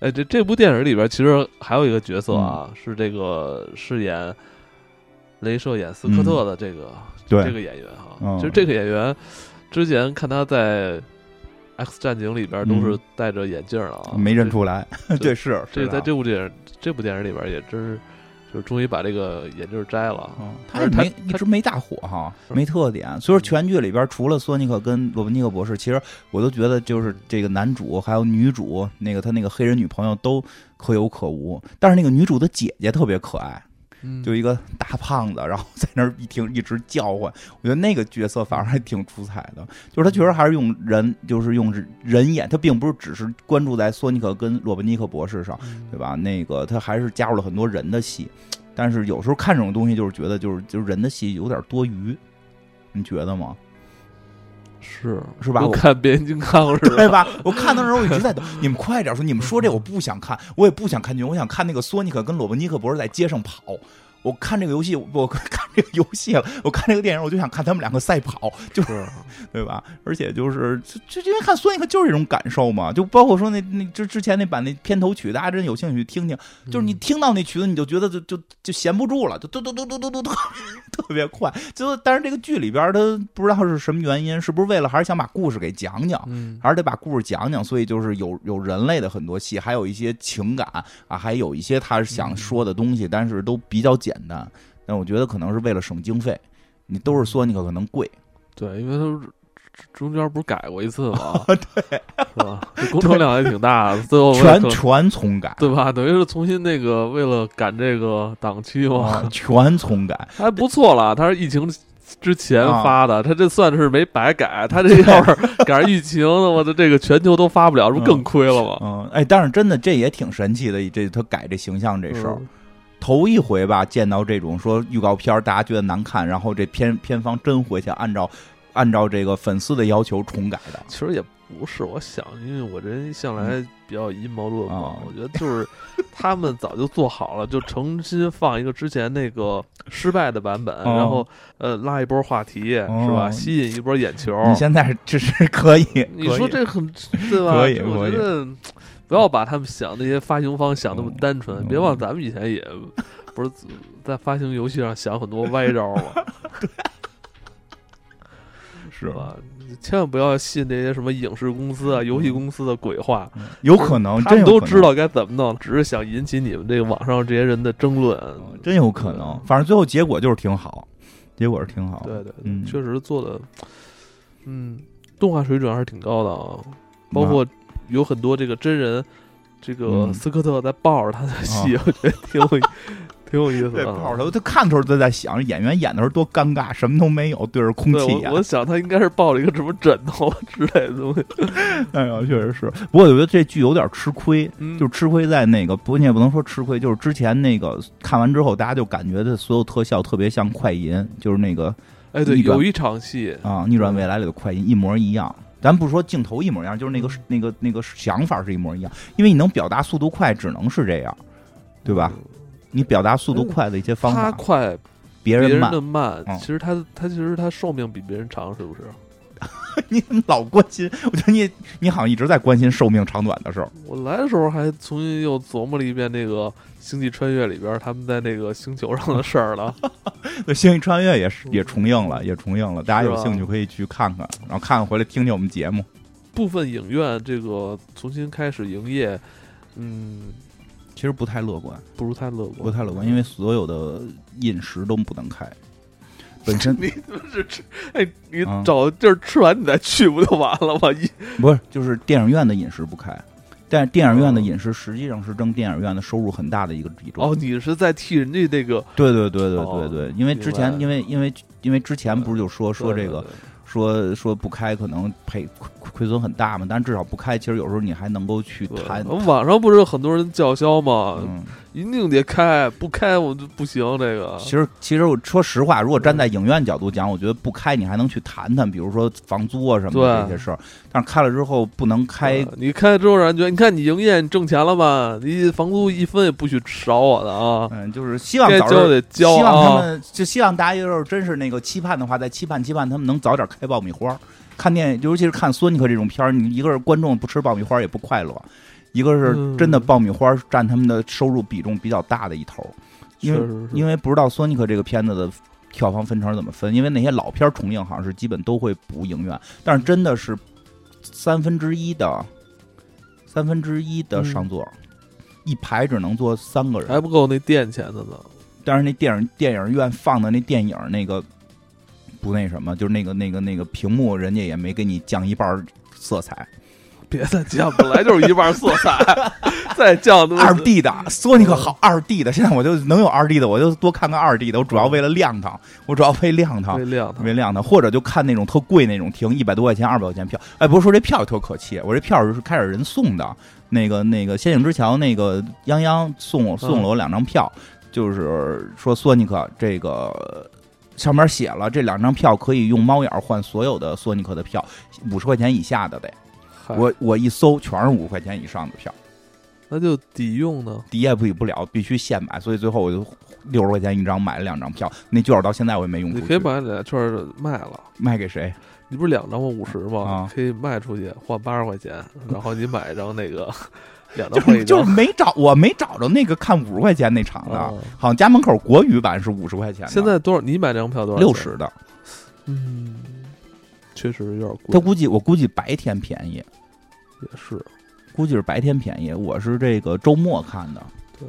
[SPEAKER 1] 哎，这这部电影里边其实还有一个角色
[SPEAKER 2] 嗯
[SPEAKER 1] 啊，是这个饰演镭射眼斯科特的这个、
[SPEAKER 2] 嗯对
[SPEAKER 1] 这个演员哈、
[SPEAKER 2] 嗯
[SPEAKER 1] 其实这个演员之前看他在《X 战警》里边都是戴着眼镜儿了啊，
[SPEAKER 2] 嗯没认出来， 对是
[SPEAKER 1] 这。
[SPEAKER 2] 是
[SPEAKER 1] 这在
[SPEAKER 2] 的
[SPEAKER 1] 这部电影这部电影里边也真是，就是终于把这个眼镜儿摘了啊。
[SPEAKER 2] 嗯，他
[SPEAKER 1] 而
[SPEAKER 2] 也
[SPEAKER 1] 且他
[SPEAKER 2] 没一
[SPEAKER 1] 他
[SPEAKER 2] 直没大火哈，
[SPEAKER 1] 是
[SPEAKER 2] 没特点。所以说全剧里边除了索尼克跟罗伯尼克博士，其实我都觉得就是这个男主还有女主，那个他那个黑人女朋友都可有可无。但是那个女主的姐姐特别可爱，
[SPEAKER 1] 嗯，
[SPEAKER 2] 就一个大胖子，然后在那儿一听一直叫唤。我觉得那个角色反而还挺出彩的，就是他确实还是用人，就是用人演，他并不是只是关注在索尼克跟罗伯尼克博士上。
[SPEAKER 1] 嗯
[SPEAKER 2] 对吧？那个他还是加入了很多人的戏，但是有时候看这种东西，就是觉得就是就是人的戏有点多余，你觉得吗？
[SPEAKER 1] 是
[SPEAKER 2] 是吧
[SPEAKER 1] 跟
[SPEAKER 2] 我
[SPEAKER 1] 看变形金刚似
[SPEAKER 2] 对
[SPEAKER 1] 的。
[SPEAKER 2] 吧？我看的时候我一直在等你们快点说，你们说这我不想看，我也不想看剧，我想看那个索尼克跟罗伯尼克博士在街上跑。我看这个游戏，我我看这个游戏了，我看这个电影，我就想看他们两个赛跑，就是啊
[SPEAKER 1] 是，
[SPEAKER 2] 对吧？而且就是就就因为看索尼克就是这种感受嘛，就包括说那那之之前那版那片头曲，大家真有兴趣听听。 就是
[SPEAKER 1] 嗯
[SPEAKER 2] 你听到那曲子，你就觉得就就就闲不住了，就嘟嘟嘟嘟嘟嘟嘟， 特别快。就但是这个剧里边儿，他不知道是什么原因，是不是为了还是想把故事给讲讲，
[SPEAKER 1] 嗯，
[SPEAKER 2] 还是得把故事讲讲，所以就是有有人类的很多戏，还有一些情感啊，还有一些他
[SPEAKER 1] 嗯
[SPEAKER 2] 想说的东西，但是都比较简单。但我觉得可能是为了省经费，你都是索尼克可能贵，
[SPEAKER 1] 对，因为他中间不是改过一次 吗？对，是吧？这工程量还挺大的，最后为了
[SPEAKER 2] 全
[SPEAKER 1] 可
[SPEAKER 2] 全 重改。
[SPEAKER 1] 对吧？等于是重新那个为了赶这个档期嘛，
[SPEAKER 2] 啊，全重改，
[SPEAKER 1] 还不错啦。他是疫情之前
[SPEAKER 2] 啊
[SPEAKER 1] 发的，他这算是没白改。他这要是 赶上疫情，我的这个全球都发不了，这不更亏了吗？
[SPEAKER 2] 嗯，哎，但是真的这也挺神奇的，这他改这形象这事儿，
[SPEAKER 1] 嗯
[SPEAKER 2] 头一回吧，见到这种说预告片儿大家觉得难看，然后这片片方真回去按照按照这个粉丝的要求重改的。
[SPEAKER 1] 其实也不是，我想，因为我这人向
[SPEAKER 2] 嗯
[SPEAKER 1] 来比较阴谋论嘛，
[SPEAKER 2] 啊
[SPEAKER 1] 我觉得就是 他们早就做好了，就重新放一个之前那个失败的版本，
[SPEAKER 2] 哦
[SPEAKER 1] 然后呃拉一波话题、是吧，
[SPEAKER 2] 哦
[SPEAKER 1] 吸引一波眼球。
[SPEAKER 2] 你现在这是可以，
[SPEAKER 1] 哦你说
[SPEAKER 2] 可以
[SPEAKER 1] 这很 对吧？
[SPEAKER 2] 可以
[SPEAKER 1] 这我
[SPEAKER 2] 可以
[SPEAKER 1] 觉得不要把他们想那些发行方想那么单纯，
[SPEAKER 2] 嗯
[SPEAKER 1] 别忘咱们以前也不是 在发行游戏上想很多歪招嘛，
[SPEAKER 2] 是
[SPEAKER 1] 是？吧？你千万不要信那些什么影视公司啊、游
[SPEAKER 2] 嗯
[SPEAKER 1] 戏公司的鬼话，
[SPEAKER 2] 有可能，
[SPEAKER 1] 他
[SPEAKER 2] 真
[SPEAKER 1] 们
[SPEAKER 2] 哦
[SPEAKER 1] 都
[SPEAKER 2] 有可能
[SPEAKER 1] 知，道该怎么弄，只是想引起你们这个网上这些人的争论。
[SPEAKER 2] 嗯真有可能。反正最后结果就是挺好，结果是挺好。
[SPEAKER 1] 对对对，
[SPEAKER 2] 嗯
[SPEAKER 1] 确实做的，嗯，动画水准还是挺高的啊，包括有很多这个真人，这个
[SPEAKER 2] 嗯
[SPEAKER 1] 斯科特在抱着他的戏，我觉得挺 有挺有意思
[SPEAKER 2] 对，
[SPEAKER 1] 的
[SPEAKER 2] 泡
[SPEAKER 1] 啊。
[SPEAKER 2] 头，他看的时候都在想，演员演的时候多尴尬，什么都没有，对着空
[SPEAKER 1] 对
[SPEAKER 2] 气演
[SPEAKER 1] 我，。我想他应该是抱着一个什么枕头啊之类的东西，
[SPEAKER 2] 哎呀，确实是。不过我觉得这剧有点吃亏，
[SPEAKER 1] 嗯
[SPEAKER 2] 就是吃亏在那个，不，你也不能说吃亏，就是之前那个看完之后，大家就感觉这所有特效特别像快银，就是那个
[SPEAKER 1] 哎，对，
[SPEAKER 2] 逆转
[SPEAKER 1] 有一场戏，
[SPEAKER 2] 啊，逆转未来里的快银一模一样。咱不说镜头一模一样，
[SPEAKER 1] 嗯
[SPEAKER 2] 就是那个那个那个想法是一模一样，因为你能表达速度快，只能是这样，对吧？你表达速度快的一些方
[SPEAKER 1] 嗯他
[SPEAKER 2] 法，
[SPEAKER 1] 快，别
[SPEAKER 2] 别人
[SPEAKER 1] 人
[SPEAKER 2] 慢。
[SPEAKER 1] 的慢，
[SPEAKER 2] 嗯
[SPEAKER 1] 其实他他其实他寿命比别人长，是不是？
[SPEAKER 2] 你怎么老关心？我觉得你你好像一直在关心寿命长短的事儿。
[SPEAKER 1] 我来的时候还重新又琢磨了一遍那个《星际穿越》里边他们在那个星球上的事儿 了。
[SPEAKER 2] 对，《星际穿越》也是也重映了，也重映了，大家有
[SPEAKER 1] 是吧
[SPEAKER 2] 兴趣可以去看看，然后看看回来听听我们节目。
[SPEAKER 1] 部分影院这个重新开始营业，嗯，
[SPEAKER 2] 其实不太乐观，
[SPEAKER 1] 不如太乐观，
[SPEAKER 2] 不太乐观，因为所有的饮食都不 能开。本身
[SPEAKER 1] 你他妈是吃，哎，你
[SPEAKER 2] 嗯
[SPEAKER 1] 找地儿吃完你再去不就完了吗？一
[SPEAKER 2] 不是，就是电影院的饮食不开，但电影院的饮食实际上是挣电影院的收入很大的一个比重。
[SPEAKER 1] 哦，你是在替人家那个
[SPEAKER 2] 对对对对
[SPEAKER 1] 哦
[SPEAKER 2] 对对，因为之前
[SPEAKER 1] 明白
[SPEAKER 2] 因为因为因为之前不是就说说这个
[SPEAKER 1] 对对对
[SPEAKER 2] 说说不开可能赔亏亏亏损很大嘛，但至少不开，其实有时候你还能够去
[SPEAKER 1] 对
[SPEAKER 2] 谈。
[SPEAKER 1] 网上不是很多人叫嚣吗？
[SPEAKER 2] 嗯，
[SPEAKER 1] 一定得开，不开我就不行。这个
[SPEAKER 2] 其实其实我说实话，如果站在影院角度讲，我觉得不开你还能去谈谈，比如说房租啊什么的这
[SPEAKER 1] 对
[SPEAKER 2] 些事儿。但是开了之后不能开
[SPEAKER 1] 对，你开了之后让人觉得，你看你营业，你挣钱了吧？你房租一分也不许少我的啊！
[SPEAKER 2] 嗯，就是希望
[SPEAKER 1] 该
[SPEAKER 2] 早
[SPEAKER 1] 交
[SPEAKER 2] 日。
[SPEAKER 1] 得交
[SPEAKER 2] 希望他
[SPEAKER 1] 啊！
[SPEAKER 2] 们就希望大家要是真是那个期盼的话，在期盼期盼他们能早点开爆米花儿。看电影，尤其是看《索尼克》这种片儿，你一个是观众不吃爆米花儿也不快乐，一个是
[SPEAKER 1] 嗯
[SPEAKER 2] 真的爆米花儿占他们的收入比重比较大的一头儿，因为
[SPEAKER 1] 确实是
[SPEAKER 2] 因为不知道《索尼克》这个片子的票房分成怎么分，因为那些老片儿重映好像是基本都会补影院，但是真的是三分之一的三分之一的
[SPEAKER 1] 嗯
[SPEAKER 2] 上座，一排只能坐三个人，
[SPEAKER 1] 还不够那店钱的呢。
[SPEAKER 2] 但是那电影电影院放的那电影那个不那什么，就是那个那个那个屏幕，人家也没给你降一半儿色彩，
[SPEAKER 1] 别再降，本来就是一半色彩， 再降都
[SPEAKER 2] 二 D 的索尼克好二 D 的，现在我就能有二 D 的，我就多看看二 D 的，我主要为了亮堂，我主要为亮堂
[SPEAKER 1] 没。亮它。
[SPEAKER 2] 为亮堂，或者就看那种特贵那种厅，一百多块钱、二百块钱票。哎，不是说这票特可气，我这票是开始人送的，那个那个《仙境之桥》那个泱泱送
[SPEAKER 1] 嗯
[SPEAKER 2] 我送了我两张票，就是说索尼克这个上面写了这两张票可以用猫眼儿换所有的索尼克的票，五十块钱以下的得。
[SPEAKER 1] 嗨
[SPEAKER 2] 我我一搜全是五块钱以上的票，
[SPEAKER 1] 那就抵用呢。
[SPEAKER 2] 抵也抵不了，必须现买，所以最后我就六十块钱一张买了两张票，那券儿到现在我也没用
[SPEAKER 1] 你
[SPEAKER 2] 出
[SPEAKER 1] 可以
[SPEAKER 2] 去。
[SPEAKER 1] 把你俩券儿卖了，
[SPEAKER 2] 卖给谁？
[SPEAKER 1] 你不是两张吗？五十吗
[SPEAKER 2] 啊？
[SPEAKER 1] 可以卖出去换八十块钱，然后你买一张那 个两张嗯换
[SPEAKER 2] 就
[SPEAKER 1] 一
[SPEAKER 2] 就
[SPEAKER 1] 张
[SPEAKER 2] 是。没找，我没找着那个看五十块钱那场的，
[SPEAKER 1] 啊
[SPEAKER 2] 好像家门口国语版是五十块钱的，
[SPEAKER 1] 现在多少？你买这张票多少？
[SPEAKER 2] 六。十的，
[SPEAKER 1] 嗯，确实有点
[SPEAKER 2] 他
[SPEAKER 1] 贵，
[SPEAKER 2] 估计我估计白天便宜，
[SPEAKER 1] 也是。
[SPEAKER 2] 估计是白天便宜，我是这个周末看的，
[SPEAKER 1] 对，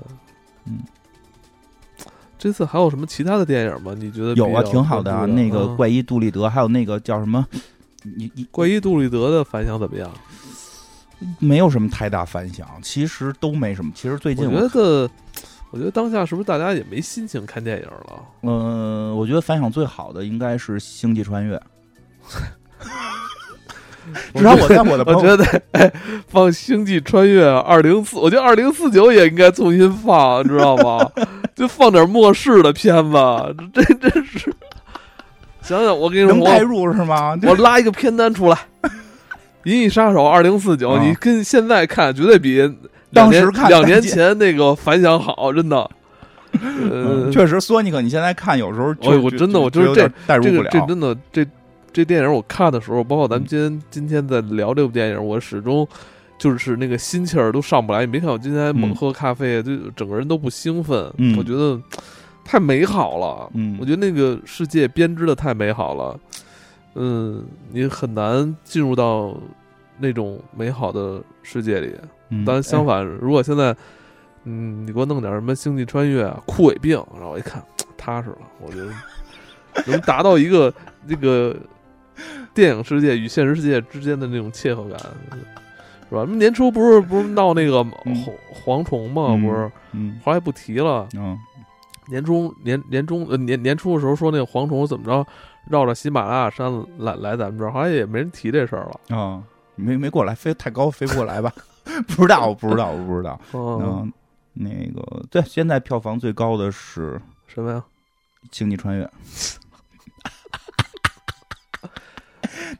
[SPEAKER 2] 嗯。
[SPEAKER 1] 这次还有什么其他的电影吗？你觉得
[SPEAKER 2] 有啊，
[SPEAKER 1] 比较
[SPEAKER 2] 挺好的啊，
[SPEAKER 1] 关注
[SPEAKER 2] 那个
[SPEAKER 1] 嗯
[SPEAKER 2] 怪医杜立德，还有那个叫什么，你你
[SPEAKER 1] 怪医杜立德的反响怎么样？
[SPEAKER 2] 没有什么太大反响，其实都没什么，其实最
[SPEAKER 1] 我
[SPEAKER 2] 近我
[SPEAKER 1] 觉得，我觉得当下是不是大家也没心情看电影了？
[SPEAKER 2] 嗯、我觉得反响最好的应该是《星际穿越》， 至少我在我的朋
[SPEAKER 1] 我
[SPEAKER 2] 友
[SPEAKER 1] 觉得，哎，放《星际穿越》二零四，我觉得二零四九也应该重新放，知道 吗？就放点末世的片子，这这真是。想想我跟你说，
[SPEAKER 2] 能代
[SPEAKER 1] 我
[SPEAKER 2] 入是吗？就
[SPEAKER 1] 我拉一个片单出来，《银翼杀手二零四九》，
[SPEAKER 2] 啊
[SPEAKER 1] 你跟现在看绝对比两
[SPEAKER 2] 当
[SPEAKER 1] 年
[SPEAKER 2] 时看
[SPEAKER 1] 两年
[SPEAKER 2] 当
[SPEAKER 1] 前那个反响好，真 的。
[SPEAKER 2] 嗯
[SPEAKER 1] 呃，
[SPEAKER 2] 确实，索尼克，你现在看有时候就
[SPEAKER 1] 我我
[SPEAKER 2] 就
[SPEAKER 1] 真的我
[SPEAKER 2] 就
[SPEAKER 1] 就是
[SPEAKER 2] 有点代入
[SPEAKER 1] 这
[SPEAKER 2] 不
[SPEAKER 1] 个
[SPEAKER 2] 了。嗯
[SPEAKER 1] 这真的这这电影我看的时候，包括咱们今天今天在聊这部电影，我始终就是那个心气儿都上不来。你别看我今天猛喝咖啡，就整个人都不兴奋。
[SPEAKER 2] 嗯
[SPEAKER 1] 我觉得太美好了。
[SPEAKER 2] 嗯
[SPEAKER 1] 我觉得那个世界编织的太美好了。嗯，你很难进入到那种美好的世界里。
[SPEAKER 2] 嗯
[SPEAKER 1] 但相
[SPEAKER 2] 哎
[SPEAKER 1] 反，如果现在，嗯，你给我弄点什么星际穿越、啊、枯萎病，然后我一看，踏实了，我 觉得能达到一个那个电影世界与现实世界之间的那种切合感，是吧？年初不是不是闹那个
[SPEAKER 2] 嗯
[SPEAKER 1] 蝗蝗虫吗？
[SPEAKER 2] 嗯
[SPEAKER 1] 不是，
[SPEAKER 2] 嗯
[SPEAKER 1] 后来不提了。
[SPEAKER 2] 嗯
[SPEAKER 1] 年中年年中呃年年初的时候说那个蝗虫怎么着，绕着喜马拉雅山来来咱们这儿，后来也没人提这事儿了。
[SPEAKER 2] 啊，没没过来，飞太高飞不过来吧？ 不知道，我不知道，我不知道。
[SPEAKER 1] 嗯，
[SPEAKER 2] 嗯，那个对，现在票房最高的是《
[SPEAKER 1] 什么呀？
[SPEAKER 2] 星际穿越》，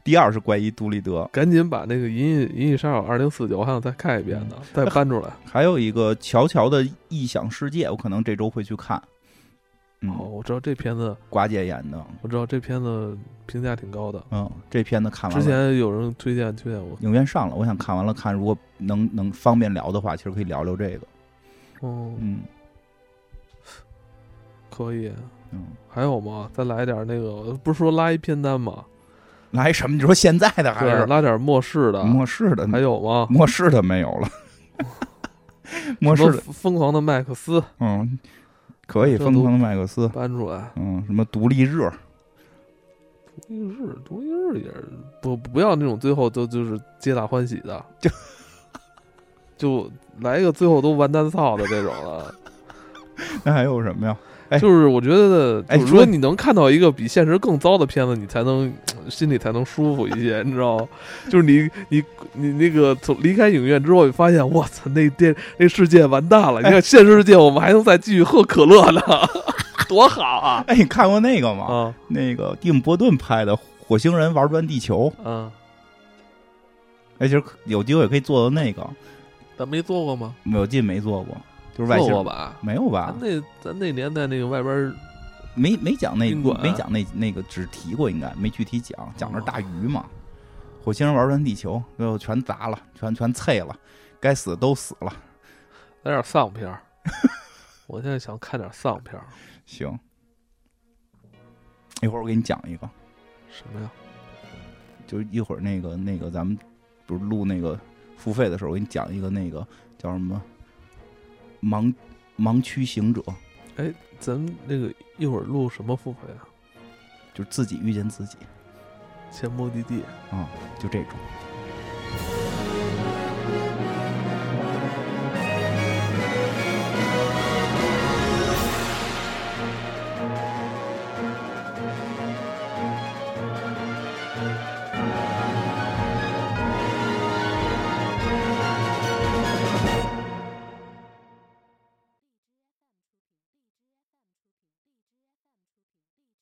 [SPEAKER 2] 第二是《怪医杜立德
[SPEAKER 1] 赶紧把那个《银翼银翼杀手二零四九》还想再看一遍
[SPEAKER 2] 嗯
[SPEAKER 1] 呢，再搬出来。》，
[SPEAKER 2] 还有一个《乔乔的异想世界》，我可能这周会去看。
[SPEAKER 1] 哦，
[SPEAKER 2] 嗯，
[SPEAKER 1] 我知道这片子，
[SPEAKER 2] 寡姐演的，
[SPEAKER 1] 我知道这片子评价挺高的。
[SPEAKER 2] 嗯，这片子看完
[SPEAKER 1] 之
[SPEAKER 2] 了
[SPEAKER 1] 前有人推荐推荐我，
[SPEAKER 2] 影院上了，我想看完了看，如果能能方便聊的话，其实可以聊聊这个。
[SPEAKER 1] 哦，
[SPEAKER 2] 嗯
[SPEAKER 1] 可以。
[SPEAKER 2] 嗯，
[SPEAKER 1] 还有吗？再来点那个，不是说拉一片单吗？
[SPEAKER 2] 来什么？你说现在的还
[SPEAKER 1] 对，
[SPEAKER 2] 是
[SPEAKER 1] 拉点末世的，
[SPEAKER 2] 末世的？
[SPEAKER 1] 还有吗？
[SPEAKER 2] 末世的没有 了，末世
[SPEAKER 1] 什么
[SPEAKER 2] 的
[SPEAKER 1] 疯狂的麦克斯
[SPEAKER 2] 嗯，可以
[SPEAKER 1] 这
[SPEAKER 2] 疯
[SPEAKER 1] 都
[SPEAKER 2] 狂的麦克斯，
[SPEAKER 1] 搬出来，
[SPEAKER 2] 嗯，什么独立日，
[SPEAKER 1] 独立日，独立日也是不不要那种最后都就是皆大欢喜 的，
[SPEAKER 2] 就
[SPEAKER 1] 就来一个最后都完蛋操的这种了。
[SPEAKER 2] 那还有什么呀？ 哎
[SPEAKER 1] 就是我觉得，
[SPEAKER 2] 哎
[SPEAKER 1] 就是如果
[SPEAKER 2] 说
[SPEAKER 1] 你能看到一个比现实更糟的片子，你才能心里才能舒服一些，你知道吗？ 就是你你你那个从离开影院之后，你发现，我操，那电那世界完蛋了！你
[SPEAKER 2] 哎
[SPEAKER 1] 看现实世界，我们还能再继续喝可乐呢， 多好啊！
[SPEAKER 2] 哎，你看过那个吗？
[SPEAKER 1] 啊
[SPEAKER 2] 那个蒂姆·波顿拍的《火星人玩转地球》，
[SPEAKER 1] 啊，
[SPEAKER 2] 哎，其实可有机会可以做到那个，
[SPEAKER 1] 咱没做过吗？
[SPEAKER 2] 没有进没做过，就是外
[SPEAKER 1] 做
[SPEAKER 2] 星
[SPEAKER 1] 过
[SPEAKER 2] 人啊
[SPEAKER 1] 吧？
[SPEAKER 2] 没有吧
[SPEAKER 1] 咱？那咱那年代那个外边儿
[SPEAKER 2] 没没讲那
[SPEAKER 1] 宾馆
[SPEAKER 2] 没讲那那个只提过，应该没具体讲，讲的是大鱼嘛。火星人玩转地球，最后全砸了，全全碎了，该死的都死了。
[SPEAKER 1] 来点丧片 儿，我现在想看点丧片儿，
[SPEAKER 2] 行，一会儿我给你讲一个，
[SPEAKER 1] 什么呀？
[SPEAKER 2] 就是一会儿那个那个咱们不是录那个付费的时候，我给你讲一个那个叫什么盲盲区行者，
[SPEAKER 1] 咱们那个一会儿录什么付费啊？
[SPEAKER 2] 就是自己遇见自己
[SPEAKER 1] 前目的地。
[SPEAKER 2] 啊、就这种。
[SPEAKER 3] 「君の声が聞こえる」